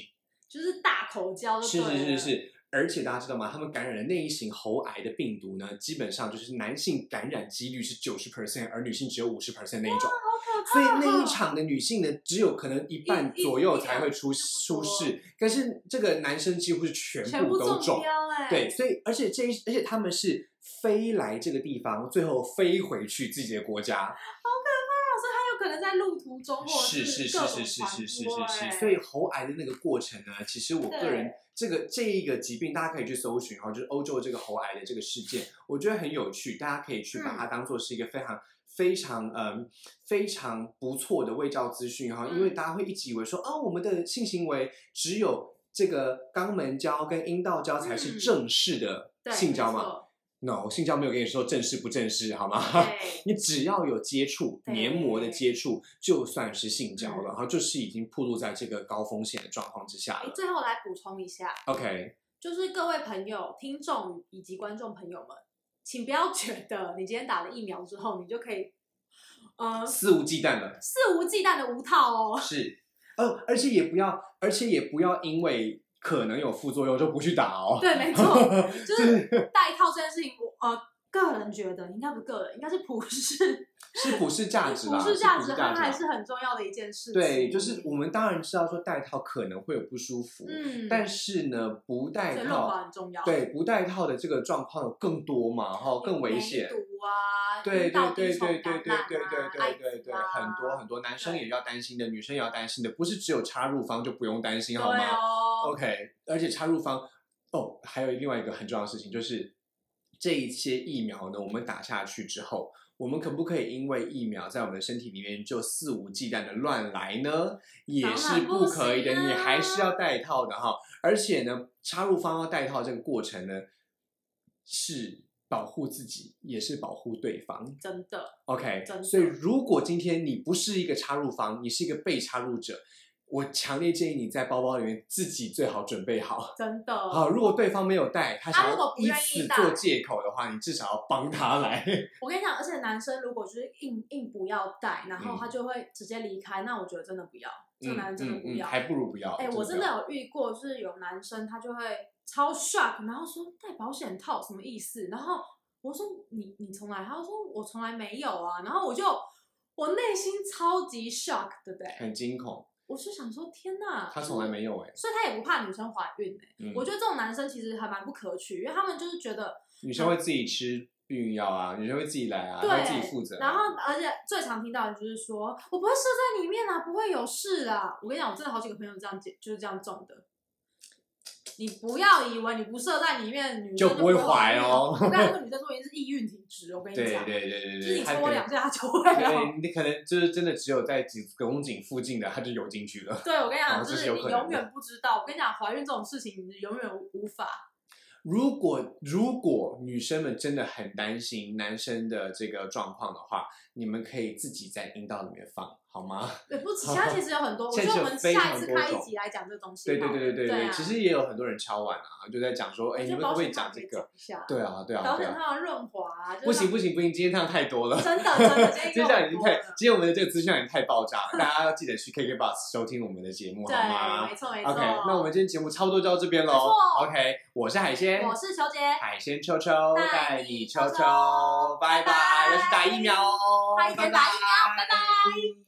B: 就是大口交就是哦对
A: 是
B: 了
A: 是是。而且大家知道吗？他们感染的那一型喉癌的病毒呢，基本上就是男性感染几率是九十 percent，而女性只有五十 percent 那一种。
B: 好可怕
A: 所以那
B: 哦
A: 一场的女性呢，只有可能一半
B: 一一
A: 左右
B: 一
A: 才
B: 两
A: 会出
B: 差
A: 出
B: 不多
A: 事，但是这个男生几乎是全
B: 全
A: 部
B: 部
A: 都中
B: 中。标哎、
A: 对，，所以而且这一而且他们是飞来这个地方，最后飞回去自己的国家。
B: 老师他有可能在路途中或者
A: 是是是
B: 各
A: 是
B: 种
A: 是
B: 传
A: 是是是
B: 播
A: 是
B: 哎
A: 所以喉癌的那个过程呢，其实我个人
B: 对
A: 这个这一个疾病，大家可以去搜寻哈，就是欧洲这个喉癌的这个事件，我觉得很有趣，大家可以去把它
B: 嗯
A: 当做是一个非常。非常嗯，非常不错的卫教资讯哈，因为
B: 嗯
A: 大家会一直以为说啊、我们的性行为只有这个肛门交跟阴道交才是
B: 嗯
A: 正式的
B: 对
A: 性交嘛、
B: 没
A: [laughs]
B: 错
A: no，性交没有跟你说正式不正式，好吗？ [laughs]
B: 对
A: 你只要有接触
B: 对
A: 黏膜的接触，就算是性交了，
B: 嗯
A: 然后就是已经暴露在这个高风险的状况之下
B: 哎
A: 了。
B: 最后来补充一下，
A: OK，
B: 就是各位朋友、听众以及观众朋友们，请不要觉得你今天打了疫苗之后，你就可以呃
A: 肆无忌惮了，
B: 肆无忌惮的无套哦。
A: 是，呃，而且也不要，而且也不要因为可能有副作用就不去打哦。[laughs]
B: 对，没错，就是戴套这件事情，我呃个人觉得应该不是个人，应该是普世
A: 是普世价值
B: 普
A: 啦，
B: 世
A: 价
B: 价值，它
A: 啦
B: 还是很重要的一件事情。
A: 对，就是我们当然知道说戴套可能会有不舒服，
B: 嗯，
A: 但是呢，不戴
B: 所以润滑
A: 套，
B: 很重要，
A: 对，不戴套的这个状况有更多嘛，哈、更危险。
B: 梅毒啊，
A: 对对
B: 阴道
A: 对
B: 滴虫
A: 对对对
B: 感
A: 对
B: 染啊
A: 对
B: 艾
A: 对
B: 滋
A: 对对，
B: 啊
A: 很多很多男生
B: 对
A: 也要担心的，女生也要担心的，不是只有插入方就不用担心好
B: 对
A: 吗
B: 哦，
A: ？OK，而且插入方哦，还有另外一个很重要的事情就是，这一些疫苗呢，我们打下去之后。我们可不可以因为疫苗在我们的身体里面就肆无忌惮的乱来呢？也
B: 当
A: 是
B: 然不
A: 可以的，
B: 行
A: 你
B: 啊
A: 还是要戴套的哈。而且呢，插入方要戴套这个过程呢，是保护自己，也是保护对方。
B: 真的，
A: OK，
B: 真的
A: 所以如果今天你不是一个插入方，你是一个被插入者，我强烈建议你在包包里面自己最好准备好。
B: 真的，
A: 好，如果对方没有带，他想
B: 如
A: 要
B: 果不
A: 以
B: 愿意
A: 此
B: 带
A: 做借口的话，你至少要帮他来。
B: 我跟你讲，而且男生如果就是硬硬不要戴，然后他就会直接离开，那我觉得真的不要，这个男人真的不
A: 嗯嗯嗯嗯，
B: 要。
A: 还不如不要。
B: 哎、我真
A: 不
B: 的
A: 要
B: 有遇过，就是有男生他就会超 shock，然后说戴保险套什么意思？然后我说你你从来，他说我从来没有啊，然后我就我内心超级 shock，对不对？
A: 很惊恐，
B: 我是想说天哪，
A: 他从来没有哎、
B: 所以他也不怕女生怀孕哎、
A: 嗯
B: 我觉得这种男生其实还蛮不可取，因为他们就是觉得
A: 女生会自己吃避孕药啊，女生会自己来啊，
B: 对
A: 她会自己负责啊。
B: 然后，而且最常听到的就是说，我不会射在啊里面啦、不会有事啦。我跟你讲，我真的好几个朋友这样解，就是这样中的。你不要以为你不射在里面，女生
A: 就
B: 不
A: 不会怀哦
B: 怀孕我跟
A: [laughs]
B: 你说，女生说明是易孕体质，我跟你
A: 对
B: 讲，
A: 对对对
B: 就是
A: 对，
B: 你
A: 他
B: 戳
A: 可
B: 我
A: 能
B: 两下，她就会了。
A: 对，你可能就是真的只有在几公井附近的，它就游进去了。
B: 对，我跟你
A: 哦
B: 讲，
A: 这
B: 就是是
A: 有
B: 你
A: 可能
B: 永远不知道。我跟你讲，怀孕这种事情，你永远无无法。
A: 如果如果女生们真的很担心男生的这个状况的话，你们可以自己在阴道里面放，好吗？
B: 对，
A: [laughs]
B: 不，其他其实有很多。我
A: 现
B: 觉
A: 在
B: 得我
A: 就
B: 们
A: 非
B: 下
A: 常
B: 一次
A: 多
B: 开一
A: 种
B: 集来讲这东西。
A: 对对
B: 好了，
A: 对对对
B: 对啊
A: 其实也有很多人敲碗啊，就在讲说，哎，
B: 我
A: 你
B: 觉
A: 们可
B: 得保
A: 不可以
B: 险
A: 讲
B: 套
A: 这
B: 也
A: 个？
B: 讲一下，
A: 对啊，对啊，
B: 保
A: 对
B: 险
A: 啊。
B: 套的润滑，就是
A: 不行不行不行，今天这样太多
B: [laughs]
A: 了。
B: 真的真的，今天
A: 今天这样已经
B: 够多
A: 太
B: 了，
A: 今天我们的这个资讯量已经太爆炸了，大家要记得去 KK Bus 收听我们的节目，好
B: 对，
A: 吗
B: 没错没错。
A: ？OK，那我们今天节目差不多就到这边喽
B: 没。错
A: OK，我是海鲜，
B: 我是小姐，
A: 海鲜秋秋带
B: 带
A: 你
B: 你
A: 秋
B: 秋
A: 秋
B: 秋，
A: 拜拜
B: 拜，拜
A: 要去打疫苗哦，
B: 快点打疫苗，拜拜。
A: 拜